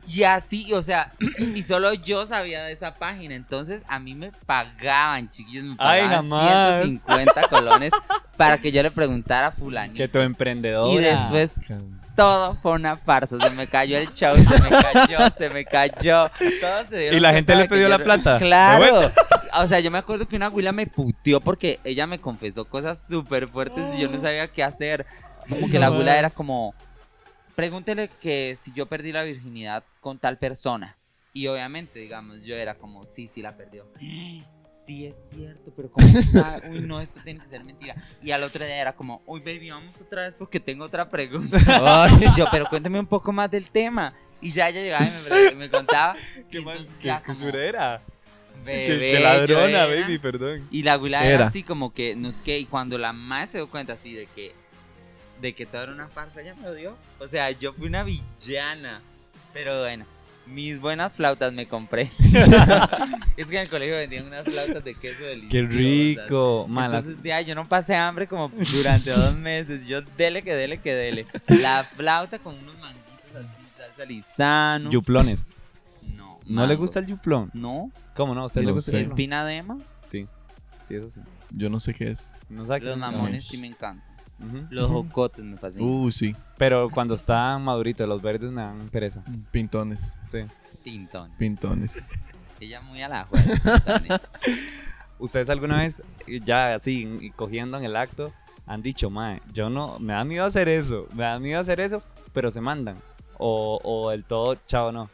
Y así, o sea, [CLEARS THROAT] y solo yo sabía de esa página. Entonces a mí me pagaban, chiquillos, me Ay, pagaban jamás. 150 colones para que yo le preguntara a fulanito. Que tu emprendedor. Y después todo fue una farsa. Se me cayó el show, se me cayó, se me cayó. Todo se dieron ¿Y la gente cuenta le de que pidió yo la era- plata? ¿De Claro. vuelta? O sea, yo me acuerdo que una abuela me puteó porque ella me confesó cosas súper fuertes y yo no sabía qué hacer. Como que la abuela era como, pregúntele que si yo perdí la virginidad con tal persona. Y obviamente, digamos, yo era como, sí, sí la perdió. Sí, es cierto, pero como [LAUGHS] está? Uy, no, esto tiene que ser mentira. Y al otro día era como, uy, baby, vamos otra vez porque tengo otra pregunta. [LAUGHS] Ay. Y yo, pero cuéntame un poco más del tema. Y ya ella llegaba y me, pre- me contaba. ¿Qué, [LAUGHS] qué usurera? Bebé, Qué- qué yo ladrona, era. [LAUGHS] baby, perdón. Y la abuela era, Era. así como que, no sé qué, y cuando la madre se dio cuenta así de que, de que todo era una farsa, ya me odió. O sea, yo fui una villana. Pero bueno, mis buenas flautas me compré. [LAUGHS] es que en el colegio vendían unas flautas de queso deliciosas. Qué rico. Ma, las- Entonces, ya, yo no pasé hambre como [LAUGHS] durante dos meses. Yo dele que dele que dele. La flauta con unos manguitos así, salsa lisano. Yuplones. No. ¿No le gusta el yuplón? No. ¿Cómo no? ¿A usted le No gusta sé. el yuplón? Espina de ema. Sí. Sí, eso sí. Yo no sé qué es. No sabe qué Los es. mamones sí me encantan. Ujú. Los jocotes me fascinan. Uh, sí. Pero cuando están maduritos, los verdes me dan pereza. Pintones. Sí. Pintones. Pintones. Ella muy a la juega. también. ¿Ustedes alguna vez, eh, ya así, y cogiendo en el acto, han dicho, mae, yo no, me da miedo hacer eso, me da miedo hacer eso, pero se mandan? O, o del todo, chao, no.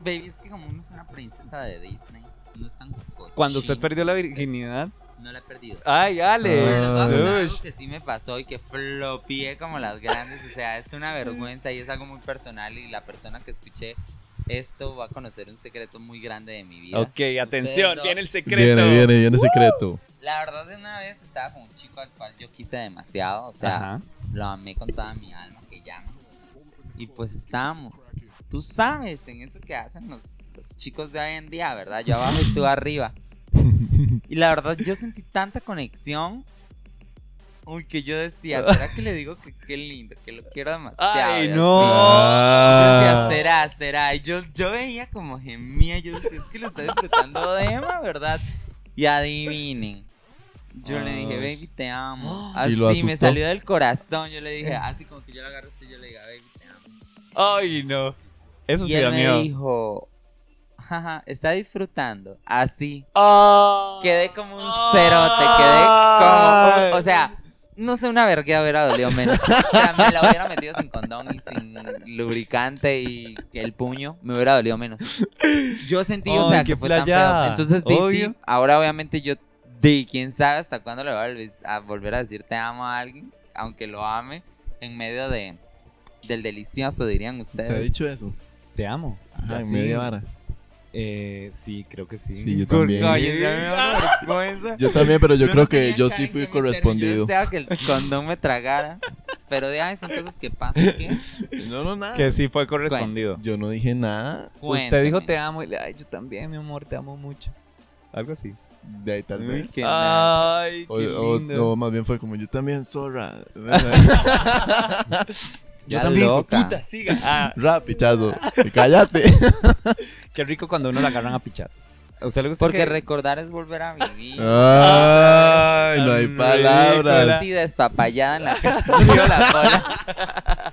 Baby, es que como uno es una princesa de Disney, no es tan cochino. Cuando usted perdió la virginidad. No la he perdido. Ay, Ale. Bueno, les voy a contar algo Ush. que sí me pasó y que flopié como las grandes. O sea, es una vergüenza y es algo muy personal. Y la persona que escuché esto va a conocer un secreto muy grande de mi vida. Ok, atención, Ustedes viene el secreto. Viene, viene, viene [LAUGHS] Uh. secreto. La verdad, de una vez estaba con un chico al cual yo quise demasiado. O sea, Ajá. lo amé con toda mi alma, que llama. Y pues estábamos. Tú sabes en eso que hacen los, los chicos de hoy en día, ¿verdad? Yo abajo [LAUGHS] y tú arriba. Y la verdad, yo sentí tanta conexión. Uy, que yo [LAUGHS] decía, ¿será que le digo que qué lindo, que lo quiero demasiado? Ay, Y no. Ah. así. Yo decía, será, será. Y yo, yo veía como gemía, yo decía, es que lo [LAUGHS] está disfrutando de Emma, ¿verdad? Y adivinen. Yo le dije, Ay. baby, te [GASPS] amo. Y Así lo me asustó. salió del corazón. Yo le dije, Eh. así como que yo lo agarré así, yo le dije, baby, te amo. Ay, no. Eso Y sí él da me miedo. dijo, jaja, está disfrutando. Así. Ah. Quedé como un cerote, quedé como. O sea, no sé, una verguea hubiera dolido menos. O sea, me la hubiera metido sin condón y sin lubricante y el puño, me hubiera dolido menos. Yo sentí, o Ay, sea, qué que fue tan playada. feo. Entonces, di, sí, Obvio. ahora obviamente yo, di, quién sabe hasta cuándo le voy a volver- a volver a decir te amo a alguien, aunque lo ame, en medio de del delicioso, dirían ustedes. ¿Usted ha dicho eso? Te amo. Ajá, en Así. media vara. Eh, sí, creo que sí. Sí, yo también. Oye, se me da una vergüenza. Yo también, pero yo no creo que tenía yo cara sí en fui que me correspondido. terminó, o sea, que el condón me tragara. Pero de ahí son cosas que pasan. ¿qué? No, no, nada. Que sí fue correspondido. Yo no dije nada. Usted dijo te amo y le, ay, yo también, mi amor, te amo mucho. Algo así. De ahí tal Uy, vez. qué Ay, o, qué o- lindo. o más bien fue como yo también, [LAUGHS] zorra. Ya loca. puta, siga. Ah. Rap, pichazo. Cállate. Qué rico cuando uno la agarran a pichazos. ¿A usted le gusta Porque que- recordar es volver a vivir. Ah. Ay, no hay Tan palabras. ridícula. Sí, despapallada en la que [LAUGHS] dio la [LAUGHS]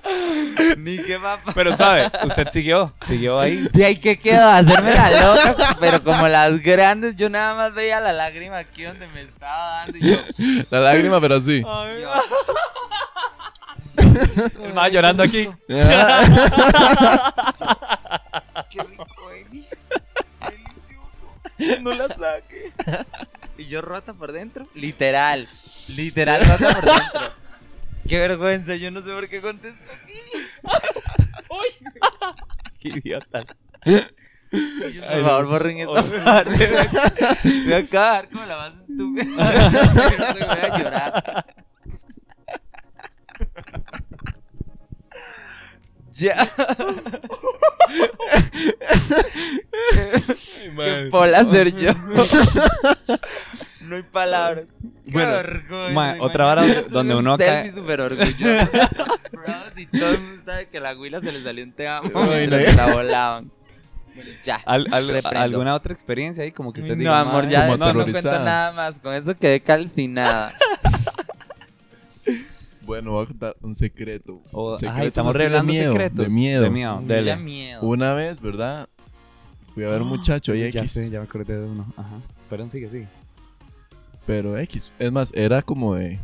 bola. Ni qué papá. Pero sabe, usted siguió, siguió ahí. ¿Y ahí qué queda? Hacerme la loca. Pero como las grandes, yo nada más veía la lágrima aquí donde me estaba dando. Y yo, La lágrima, pero así. El más llorando [LAUGHS] aquí. Ah. Qué rico, eh. [LAUGHS] Emi. Delicioso. No la saque. Y yo rota por dentro. Literal. Literal rota por dentro. Qué vergüenza, yo no sé por qué contesto aquí. [LAUGHS] Qué idiotas. Chiquillos, por favor, borren esta parte. Voy a acabar como la más estúpida. [LAUGHS] Voy a llorar. Ya. Qué madre. pola ser yo. No hay palabras. Qué Bueno, vergüenza, ma, otra vara imagínate, donde subí un uno cae- selfie [LAUGHS] súper orgulloso. Proud, y todo el mundo sabe que a la güila se le salió un te amo. Ay, mientras no. que la volaban. Bueno, ya. Al- al- reprendo. ¿Alguna otra experiencia ahí? Como que usted no, diga, amor, "Mae, ya como no, no cuento aterrorizada". nada más. Con eso quedé [LAUGHS] calcinada. Bueno, voy a contar un secreto. O- Secretos ay, estamos así de revelando miedo, secretos. De miedo. De miedo, Uy, dele. da miedo. Una vez, ¿verdad? Fui a ver un muchacho ahí Ya X. sé, ya me acordé de uno. Ajá. Perdón, sigue, sigue. Pero X. Es más, era como de,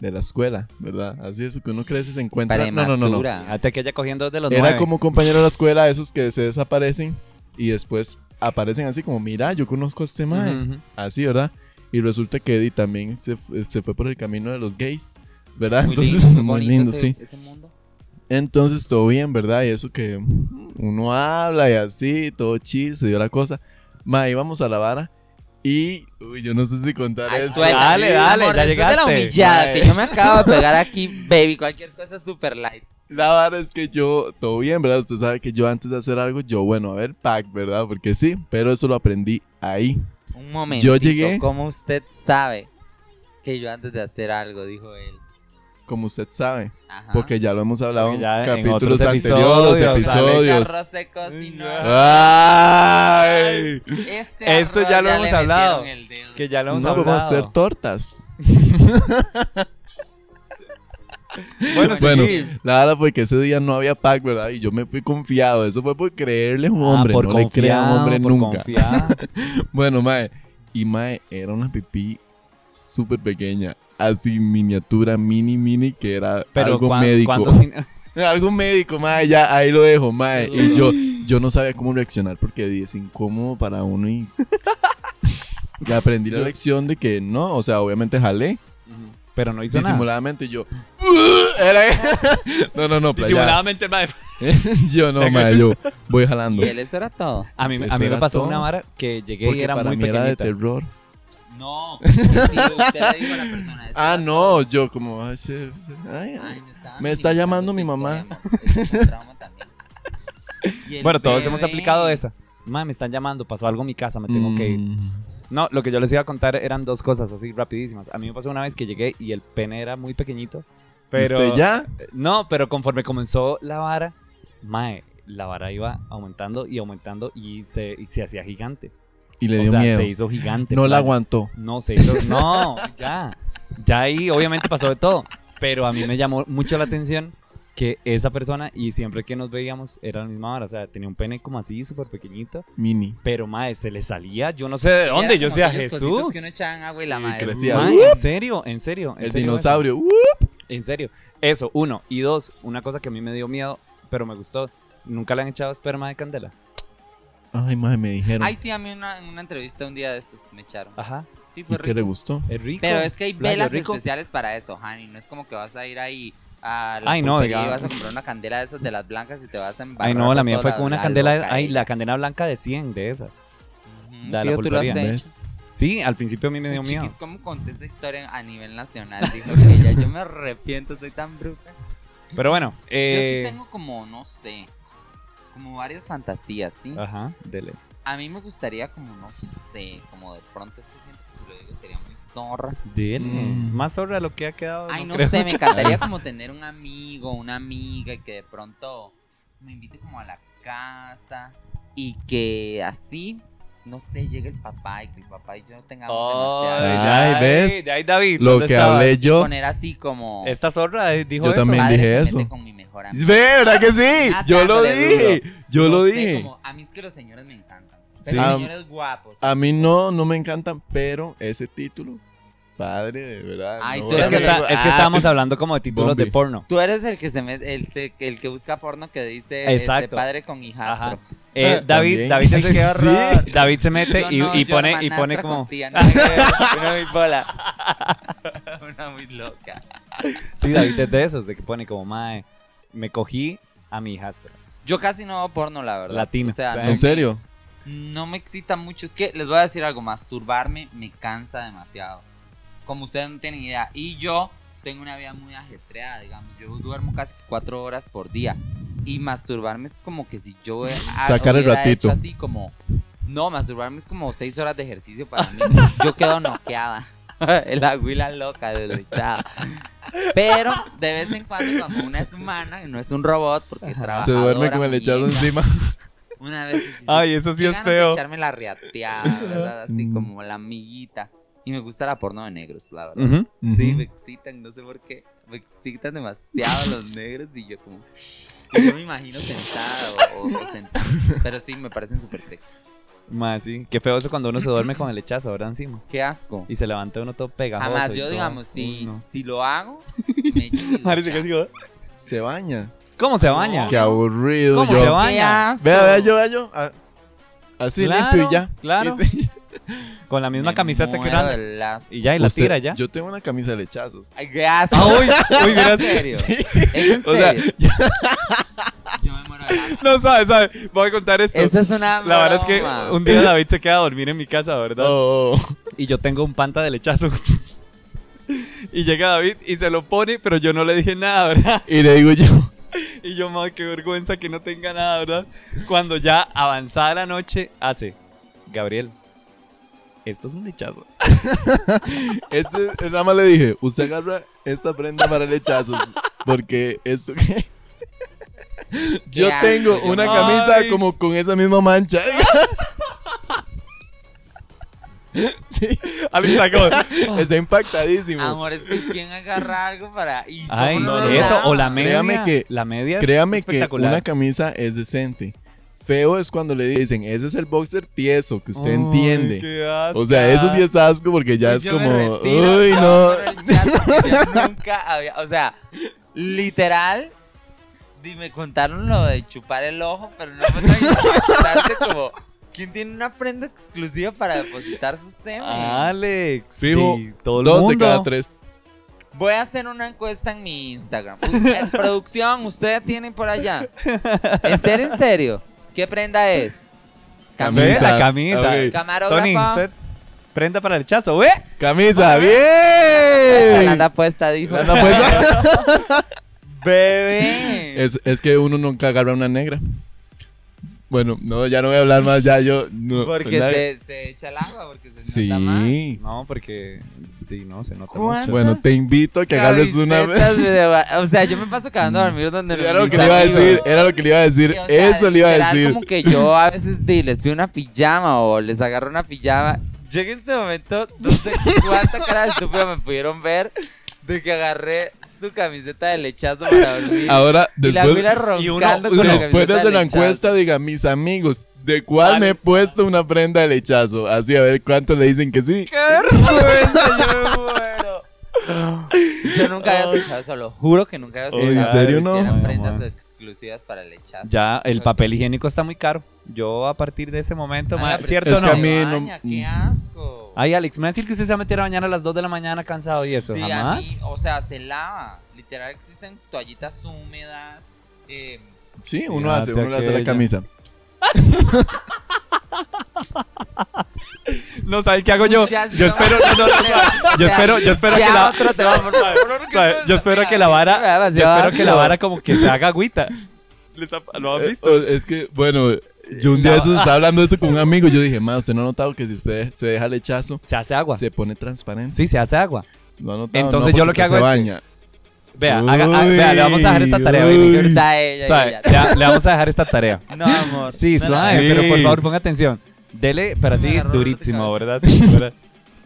de la escuela, ¿verdad? Así es, que uno crece y se encuentra. No, no, no, no. Fíjate que ella cogiendo de los Era nueve. como compañero de la escuela, esos que se desaparecen y después aparecen así como, mira, yo conozco a este mae. Ujú, ujú. Así, ¿verdad? Y resulta que Eddie también se, fu- se fue por el camino de los gays, Ah, ¿verdad? Muy Entonces, lindo, [LAUGHS] muy bonito lindo, ese- sí. ese mundo. Entonces, todo bien, ¿verdad? Y eso que uno habla y así, todo chill, se dio la cosa. Ma, íbamos a la vara y... Uy, yo no sé si contar Ay, eso. suelta. Dale, dale, Amor, ya después de la llegaste. humillada que Mae. yo me acabo de pegar aquí, baby. Cualquier cosa super light. La vara es que yo, todo bien, ¿verdad? Usted sabe que yo antes de hacer algo, yo, bueno, a ver, pack, ¿verdad? Porque sí, pero eso lo aprendí ahí. Un momento. Yo llegué- Como usted sabe que yo antes de hacer algo, dijo él. como usted sabe, Ajá. porque ya lo hemos hablado Ah. Porque en ya en capítulos otros anteriores, episodios, episodios. Arroz se cocinó. ¡Ay! Este Eso arroz ya lo le hemos metieron hablado. el dedo. Que ya lo hemos No, hablado. vamos a hacer tortas. Bueno, Bueno, sí. Ah, la verdad fue que ese día no había pack, ¿verdad? Y yo me fui confiado. Eso fue por creerle a un Ah, hombre. por no le crea a un confiado, hombre por nunca. confiado. [LAUGHS] bueno, mae. Y mae, era una pipí súper pequeña. Así, miniatura, mini, mini, que era Pero algo cuan- médico. [LAUGHS] [LAUGHS] ¿cuántos min- Algo médico, mae, ya ahí lo dejo, mae. Y yo, yo no sabía cómo reaccionar porque di, es incómodo para uno y. [LAUGHS] y aprendí la lección de que no, o sea, obviamente jalé. Pero no hizo nada. Disimuladamente y yo. [LAUGHS] Era- [LAUGHS] no, no, no, playa. Disimuladamente, mae. [LAUGHS] yo no, mae, yo voy jalando. Y él, eso era todo. A mí, Eso a mí me era pasó todo. una vara que llegué Porque y era para muy mí era de pequeñita. terror. No. [LAUGHS] sí, usted le dijo a la persona eso. Ah, no, yo como. ay, se- se- ay, Ay, Me me, estaba está minimizando llamando tu mi mamá. historia, amor. Ese fue un trauma [LAUGHS] también. Y el Bueno, todos hemos bebé. aplicado esa. Mae, me están llamando, pasó algo en mi casa, me tengo que ir. Mm. No, lo que yo les iba a contar eran dos cosas así rapidísimas. A mí me pasó una vez que llegué y el pene era muy pequeñito. Pero ¿Usted ya? No, pero conforme comenzó la vara, mae, la vara iba aumentando y aumentando y se, y se hacía gigante. Y le o dio sea, miedo. se hizo gigante. no la mae. aguantó. No, se hizo. No, ya. Ya ahí obviamente pasó de todo. Pero a mí me llamó mucho la atención que esa persona, y siempre que nos veíamos, era la misma hora. O sea, tenía un pene como así, súper pequeñito. Mini. Pero, mae, se le salía, yo no sé de dónde, yo decía decía Jesús. Que uno echaban agua y la Y madre. crecía. Mae, ¡Wup! en serio, en serio. en El serio eso. dinosaurio, uh. En serio. Eso, uno. Y dos, una cosa que a mí me dio miedo, pero me gustó. Nunca le han echado esperma de candela. Ay, madre, me dijeron. Ay, sí, a mí una, en una entrevista un día de estos me echaron. Ajá. Sí, fue ¿Y qué rico. le gustó? Es rico. Pero es que hay Playo, velas rico. especiales para eso, Hani. No es como que vas a ir ahí a la Ay, no, pulpería y diga. vas a comprar una candela de esas de las blancas y te vas a embarrar. Ay, no, la mía toda fue con una la candela. loca ay, ahí. la candela blanca de 100 de esas. Ujú, Da fijo, tú lo has pulpería. hecho. Sí, al principio a mí me dio miedo. Chiquis, ¿cómo conté esa historia a nivel nacional? Dijo ella, yo me arrepiento, soy tan bruta. Pero bueno, Yo eh, sí tengo como, no sé, como varias fantasías, ¿sí? Ajá, dele. A mí me gustaría como, no sé, como de pronto es que siempre que se lo digo sería muy zorra. Dele. Mm. Más sobre lo que ha quedado. Ay, no, creo. sé, me [LAUGHS] encantaría como tener un amigo, una amiga y que de pronto me invite como a la casa y que así, no sé, llegue el papá y que el papá y yo tengamos Ay, demasiado... Ay, ¿ves? De ahí, David. Lo ¿dónde que estabas? hablé yo. Poner así como... Esta zorra eh, dijo Yo eso. también padre dije se eso. mete con mi mejor Ve, amigo. ¿verdad que sí? Ah, Yo lo dándole dije. Yo No lo sé, dije. como- a mí es que los señores me encantan. Sí. Pero A- los señores guapos. A mí no, no me encantan, pero ese título, padre, de verdad. Ay, no tú voy a Es que, eres hacer- está- es que [LAUGHS] Ah. estábamos hablando como de títulos Bombi. [LAUGHS] de porno. Tú eres el que se me- el, se- el que busca porno que dice este, Exacto. padre con hijastro. Ajá. Eh, También. David, David, [LAUGHS] Ay, se- qué horror. David se mete Yo y, no, y yo pone, y hermanastra pone con como. tía, nada que ver, [LAUGHS] una muy bola. Una muy loca. Sí, David es de esos, de que pone como, mae, me cogí a mi hijastra. Yo casi no veo porno, la verdad. Latino. O sea, O sea, no ¿En me- serio? No me excita mucho. Es que les voy a decir algo. Masturbarme me cansa demasiado. Como ustedes no tienen idea. Y yo tengo una vida muy ajetreada, digamos. Yo duermo casi cuatro horas por día. Y masturbarme es como que si yo [LAUGHS] a- Sacar el hubiera ratito. hecho así como... No, masturbarme es como seis horas de ejercicio para mí. Yo quedo noqueada. [LAUGHS] El aguila loca, deslechada. Pero de vez en cuando, cuando una es humana, no es un robot, porque trabaja. Se duerme con el lechazo encima. Una vez dice, Ay, eso sí "Qué es ganas feo". De echarme la riateada, ¿verdad? Así Mm. como la amiguita. Y me gusta la porno de negros, la verdad. Mm, Ujú. Sí, Ujú. me excitan, no sé por qué. Me excitan demasiado los negros y yo como... y Yo me imagino sentada [LAUGHS] o, o sentada. Pero sí, me parecen súper sexy. Mae, sí. Qué feo eso cuando uno se duerme con el hechazo ahora encima. Qué asco. Y se levanta uno todo pegajoso. Además, y yo todo. digamos, Uy, si, no. si lo hago, [LAUGHS] me echo mi Madre, se duchazo. quedó así, Se baña. ¿Cómo se baña? Qué aburrido. ¿Cómo yo. se ¡Qué baña? asco! Vea, vea, yo, vea, yo. Ah, Así Claro, limpio y ya. claro. Y sí. Con la misma Me camiseta que muero uno anda. del asco. Y ya, y la Usted- tira ya. Yo tengo una camisa de lechazos. Ay, qué asco. Ah, uy, uy, mira. [LAUGHS] ¿En serio? [LAUGHS] ¿Es en O sea, serio? Yo me muero del asco. [LAUGHS] No, sabe, sabe. Voy a contar esto. Eso es una La verdad es que broma. un día David se queda a dormir en mi casa, ¿verdad? Oh, oh, Y yo tengo un panta de lechazo. [LAUGHS] y llega David y se lo pone, pero yo no le dije nada, ¿verdad? Y le digo yo. Y yo, madre, qué vergüenza que no tenga nada, ¿verdad? Cuando ya avanzada la noche, hace, Gabriel, esto es un lechazo. [LAUGHS] Este, nada más le dije, usted agarra esta prenda para lechazos. Porque esto que. Yo asco, tengo yo una no- camisa Ay. como con esa misma [LAUGHS] mancha. Sí, Alguien [LAUGHS] sacó. está impactadísimo. Amor, es que quien agarra algo para. Y Ay, cómo no lo eso, lava? o la media. Créame que- la media es Créame que espectacular. una camisa es decente. Feo es cuando le dicen, ese es el boxer tieso, que usted Ay, entiende. qué Pues O sea, eso sí es asco porque ya Yo es me como, retiro, uy, yo no. abro el chat porque yo nunca había. O sea, literal. Dime, contaron lo de chupar el ojo, pero no fue tan impactante como. ¿Quién tiene una prenda exclusiva para depositar su semen? Ah, Alex. Fijo, sí, todo el Dos de mundo. cada tres. Voy a hacer una encuesta en mi Instagram. Usted- producción, ustedes tienen por allá. ¿En serio, en serio? ¿Qué prenda es? Ve, Camisa. La camisa. Ok. Camarógrafo. Tony, usted prenda para el lechazo, ¿ve? Camisa, Esa bien. la anda puesta, dijo. La anda puesta. [LAUGHS] Bebé. Es, es que uno nunca agarra una negra. Bueno, no, ya no voy a hablar más, ya yo. No, pues Porque la- se, se echa el agua, porque se nota más. Sí. No, porque sí, no, se nota ¿Cuál? mucho. Bueno, te invito a que agarres una. Camisetas de ba- O sea, yo me paso quedando a dormir donde [LAUGHS] Era lo mis que le iba a amigos. decir, era lo que le iba a decir, O sea, eso le iba a literal, decir. como que yo a veces di, les pido una pijama o les agarro una pijama. Llega este momento, no sé cuánta cara de estúpido me pudieron ver. de que agarré su camiseta de lechazo para dormir. Ahora, y la después, fui la roncando con la después de camiseta hacer la lechazo. encuesta, diga, mis amigos, ¿de cuál me he puesto una prenda de lechazo? Así, a ver cuántos le dicen que sí. ¡Qué [LAUGHS] vergüenza! Yo me muero. Yo nunca había escuchado eso, lo juro que nunca había Oh, Uy, ¿en escuchado serio que no? hicieran No, prendas más. exclusivas para lechazo. Ya el papel higiénico está muy caro. Yo a partir de ese momento, Ah, ma- pero ¿cierto es o que no? se baña, ¡Qué asco! Ay, Alex, me va a decir que usted se va a meter a bañar a las 2 de la mañana cansado y eso, Sí, a jamás. mí, o sea, se lava. Literal existen toallitas húmedas. eh, Sí, uno Fíjate hace, uno le hace la aquella. camisa. No sabe qué hago yo. Ya, Yo no. [LAUGHS] espero, no, no, no, no. yo Ya, espero, yo espero ya que la otro tema, por favor. [LAUGHS] O sea, yo espero que la vara, yo demasiado espero que la asco. vara como que se haga agüita. Les ha- ¿Lo han visto? Eh, o- Es que, bueno, yo un día No. de esos estaba hablando de esto con un amigo. y Yo dije, ma, usted no ha notado que si usted se deja lechazo, se hace agua. Se pone transparente. Sí, se hace agua. No ha notado. Entonces no, yo lo porque que usted hago es. se que- baña. Vea, haga- ah, Uy, vea, le vamos a dejar esta tarea, uy. Vini. Ahorita ella, Suave, ella, ella. ya, le vamos a dejar esta tarea. No, amor. Sí, no la suave, sí. pero por favor ponga atención. Dele, pero así agarró dolor de durísimo, ¿verdad? [LAUGHS] ¿Verdad?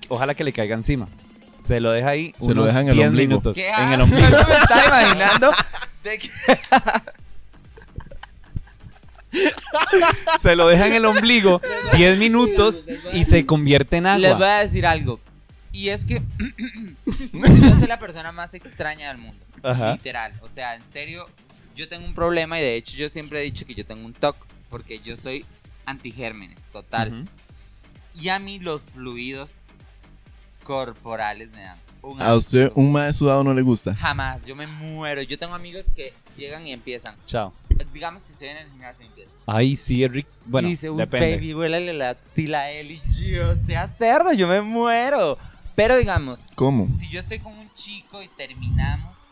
Ojalá que le caiga encima. Se lo deja ahí Se lo unos deja en el 10 ombligo. minutos. ¿Qué En el asco? ombligo. Yo me estaba imaginando de que [LAUGHS] Se lo deja en el ombligo 10 minutos y se convierte en les voy agua. a decir algo. Y es [LAUGHS] que yo soy la persona más extraña del mundo. Ajá. Literal. O sea, en serio, yo tengo un problema y de hecho yo siempre he dicho que yo tengo un TOC porque yo soy antigérmenes, total. Ujú. Y a mí los fluidos corporales me dan un A usted asco. un mae sudado no le gusta. Jamás, yo me muero. Yo tengo amigos que llegan y empiezan. Chao. Digamos que estoy en el gimnasio y empiezan. Ay, sí, Rick. Bueno, y dice, "Uy, depende. baby, huélale la axila a él. Y yo, sea cerdo, yo me muero. Pero digamos, ¿Cómo? si yo estoy con un chico y terminamos,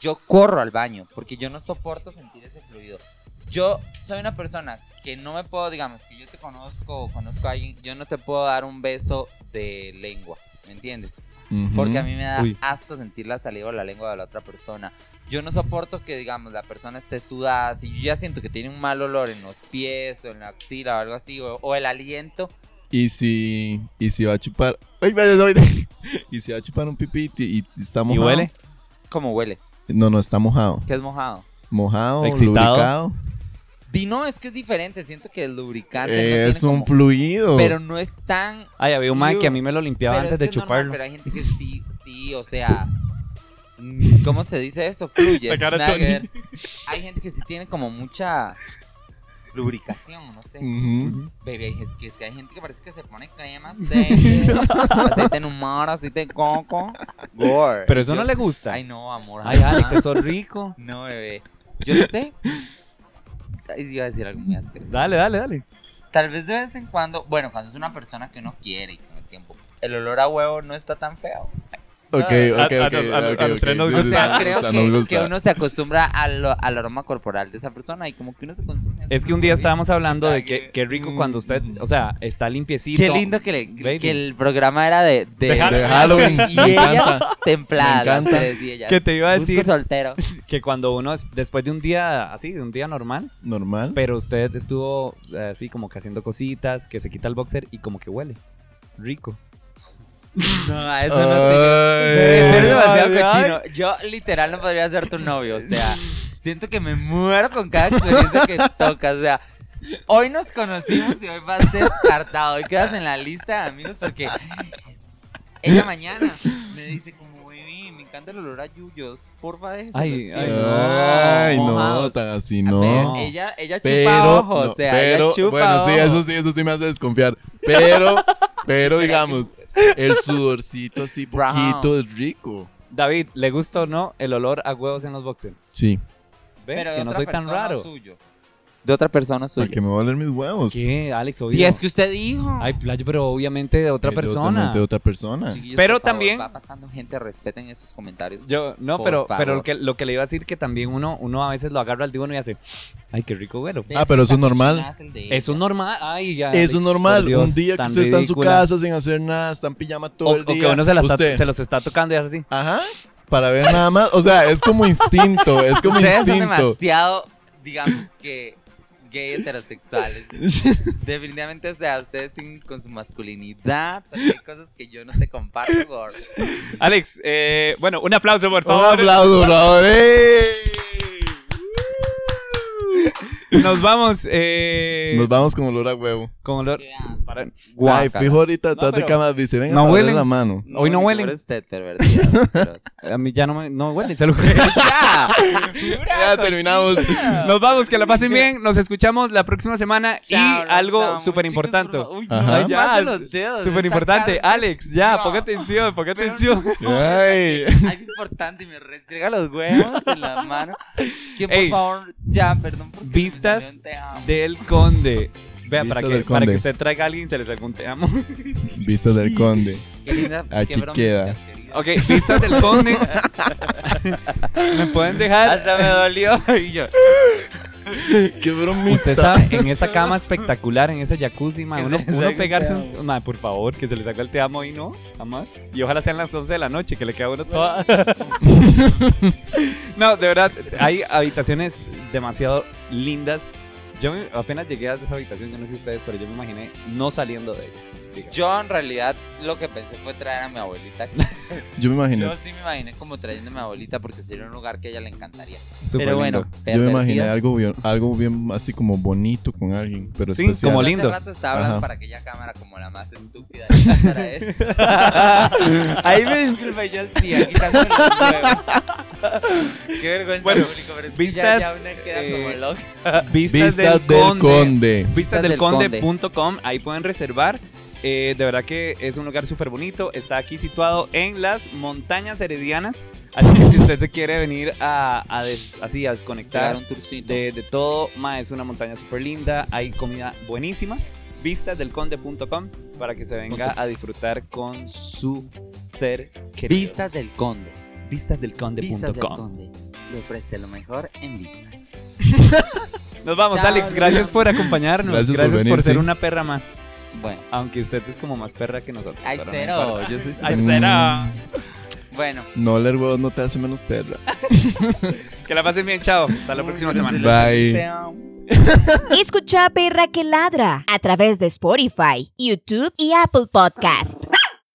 yo corro al baño porque yo no soporto sentir ese fluido. Yo soy una persona que no me puedo, digamos, que yo te conozco o conozco a alguien, yo no te puedo dar un beso de lengua, ¿me entiendes? Ujú. Porque a mí me da Uy. asco sentir la saliva o la lengua de la otra persona. Yo no soporto que, digamos, la persona esté sudada. Si yo ya siento que tiene un mal olor en los pies o en la axila o algo así, o, o el aliento. Y si. Y si va a chupar. Ay, vaya, no, vaya. [LAUGHS] Y si va a chupar un pipiti y, y está ¿Y mojado. huele? ¿Cómo huele? No, no, está mojado. Que es mojado. Mojado, Excitado. lubricado. Dino, es que es diferente. Siento que el lubricante Ah, no tiene Es un como- fluido. Pero no es tan. Ay, había un man Ew. que a mí me lo limpiaba pero antes es de que es normal, chuparlo. pero hay gente que sí, sí, o sea. mm, ¿Cómo se dice eso? Fluye. La cara de nada que Tony. ver. Hay gente que sí tiene como mucha lubricación, no sé. Ujú. Bebé, es que, es que hay gente que parece que se pone crema, aceite, [LAUGHS] aceite en humor, aceite de coco. Gore. Pero eso no Yo- le gusta. Ay, no, amor. Ay, Alex, jamás. eso es rico. [LAUGHS] No, bebé. Yo no sé. Ay, sí iba a decir algo muy asqueroso. Dale, dale, dale. Tal vez de vez en cuando, bueno, cuando es una persona que uno quiere y con el tiempo, el olor a huevo no está tan feo. Ok, A- ok, a ok, los- a los- ok, a los ok, tres nos sí, O sí, sea, sí, creo gusta, nos que, gusta. que uno se acostumbra al, al aroma corporal de esa persona y como que uno se consume. así Es que un día como, estábamos hablando de Ay, que qué- qué rico cuando usted, o sea, está limpiecito. Qué lindo que, le- Baby. que el programa era de, de, De De Halloween. Halloween. Y Me ellas encanta. templadas, Me las encanta. tres y ellas. Que te iba a Busco decir soltero. [LAUGHS] que cuando uno, es- después de un día así, de un día normal, ¿Ah? Normal. pero usted estuvo eh, así como que haciendo cositas, que se quita el boxer y como que huele. Rico. No, a eso no Ah, te creo. Tú eres [LAUGHS] demasiado cochino. Yo literal no podría ser tu novio, o sea, siento que me muero con cada experiencia que tocas, o sea, hoy nos conocimos y hoy vas descartado, hoy quedas en la lista de amigos porque ella mañana me dice como, "Baby, me encanta el olor a yuyos, porfa déjese Ay, los pies ay, Ay, no, mojados". tan así, A no. ver, Ella, [LAUGHS] ella chupa Pero, ojo, no, o sea, pero ella chupa bueno, sí, ojo. eso sí, eso sí me hace desconfiar. Pero, pero digamos, el sudorcito así Brown. poquito es rico. David, ¿le gusta o no el olor a huevos en los boxers? Sí, ¿Ves? Pero de que no otra soy tan persona raro. suyo. De otra persona para suya. que me va a oler mis huevos. ¿Qué, Alex? Obvio. Y es que usted dijo. Ay, playo, pero obviamente de otra Eh, de persona. De, otra persona. Chiquillos, Pero por favor, también- va pasando gente, respeten esos comentarios. Yo, no, Por pero, pero lo, favor. que, lo que le iba a decir que también uno, uno a veces lo agarra al dibujo y hace, ay, qué rico huelo. Ah, pero eso es normal. Eso es normal. Ay, ya, Alex, Eso es normal. por Dios, un día que tan usted está en su ridícula. casa sin hacer nada, está en pijama todo O, el o día. que uno se, la está, usted- se los está tocando y hace así. Ajá. Para ver nada más. O sea, es como instinto. Es como Ustedes son instinto. demasiado, digamos que [LAUGHS] gay heterosexuales. Definitivamente, o sea, ustedes siguen con su masculinidad, porque hay cosas que yo no te comparto, gordo. Alex, eh, bueno, un aplauso, por Un favor. aplauso, por favor, Nos vamos. Eh, Nos vamos con olor a huevo. Con olor. para- Ay, Guácala. fijo ahorita No, atrás de pero- cámara dice, venga, no no huelen. la mano. Hoy no huelen. A mí ya no me no huele, se lo juro. [LAUGHS] [LAUGHS] ya. terminamos. Nos vamos, que la pasen bien. Nos escuchamos la próxima semana y algo súper importante. no, Ajá. ya, pasen los dedos, súper importante. Alex, ya, ponga atención, ponga atención. Ay. Algo importante y me restriega los huevos en la mano. Que por Ey. favor, ya, perdón. por- Vistas del Conde. Vea, para Vistas que, del para Conde. que usted traiga a alguien, se les algún te amo. Vistas del conde. Qué linda- qué Aquí bromita, queda. Ok, vistas del Conde. me pueden dejar. Hasta me [LAUGHS] dolió. Y yo. [LAUGHS] Qué bromita. Usted sabe, en esa cama espectacular, en ese jacuzzi, ma, Que se uno, les uno salga el pegarse te un. ma, por favor, que se le salga el te amo y no, jamás. Y ojalá sean las 11 de la noche, que le queda a uno toda. [LAUGHS] no, de verdad, hay habitaciones demasiado lindas. Yo me- apenas llegué a esa habitación, yo no sé ustedes, pero yo me imaginé no saliendo de ella. Yo en realidad lo que pensé fue traer a mi [LAUGHS] abuelita. Yo me imaginé. Yo sí me imaginé como trayendo a mi abuelita porque sería un lugar que a ella le encantaría. Súper [LAUGHS] Pero bueno, lindo. yo me pervertida. imaginé algo bien, algo bien así como bonito con alguien, pero Sí, especial. como Yo Hace rato estaba hablando para aquella cámara como la más estúpida de la cámara [LAUGHS] es. Ahí me disculpa, yo sí, aquí también los huevos. Qué vergüenza Bueno, público, pero es que ya, vistas, ya una queda como eh, loca. Vistas, del, Conde. Vistas del Conde. Conde.com, ahí pueden reservar. Eh, de verdad que es un lugar súper bonito. Está aquí situado en las montañas heredianas. Así que si usted se quiere venir a, a des- así, a desconectar Dar un tourcito. de, de todo, ma, es una montaña súper linda. Hay comida buenísima. Vistas del Conde.com para que se venga a disfrutar con su ser querido. Vistas del Conde. Vistas del Vistas del Conde.com. Conde. Le ofrece lo mejor en vistas. Nos vamos, Chao, Alex. nos Gracias vemos. por acompañarnos. Gracias Gracias, por por, venir, ser sí. una perra más. Bueno. Aunque usted es como más perra que nosotros. Ay, pero no cero, importa. yo soy Ay, súper- cero. Bueno. Mm, No oler huevos no te hace menos perra. Que la pasen bien, chao. Hasta la próxima semana. Bye. Escucha Perra que Ladra a través de Spotify, YouTube y Apple Podcast.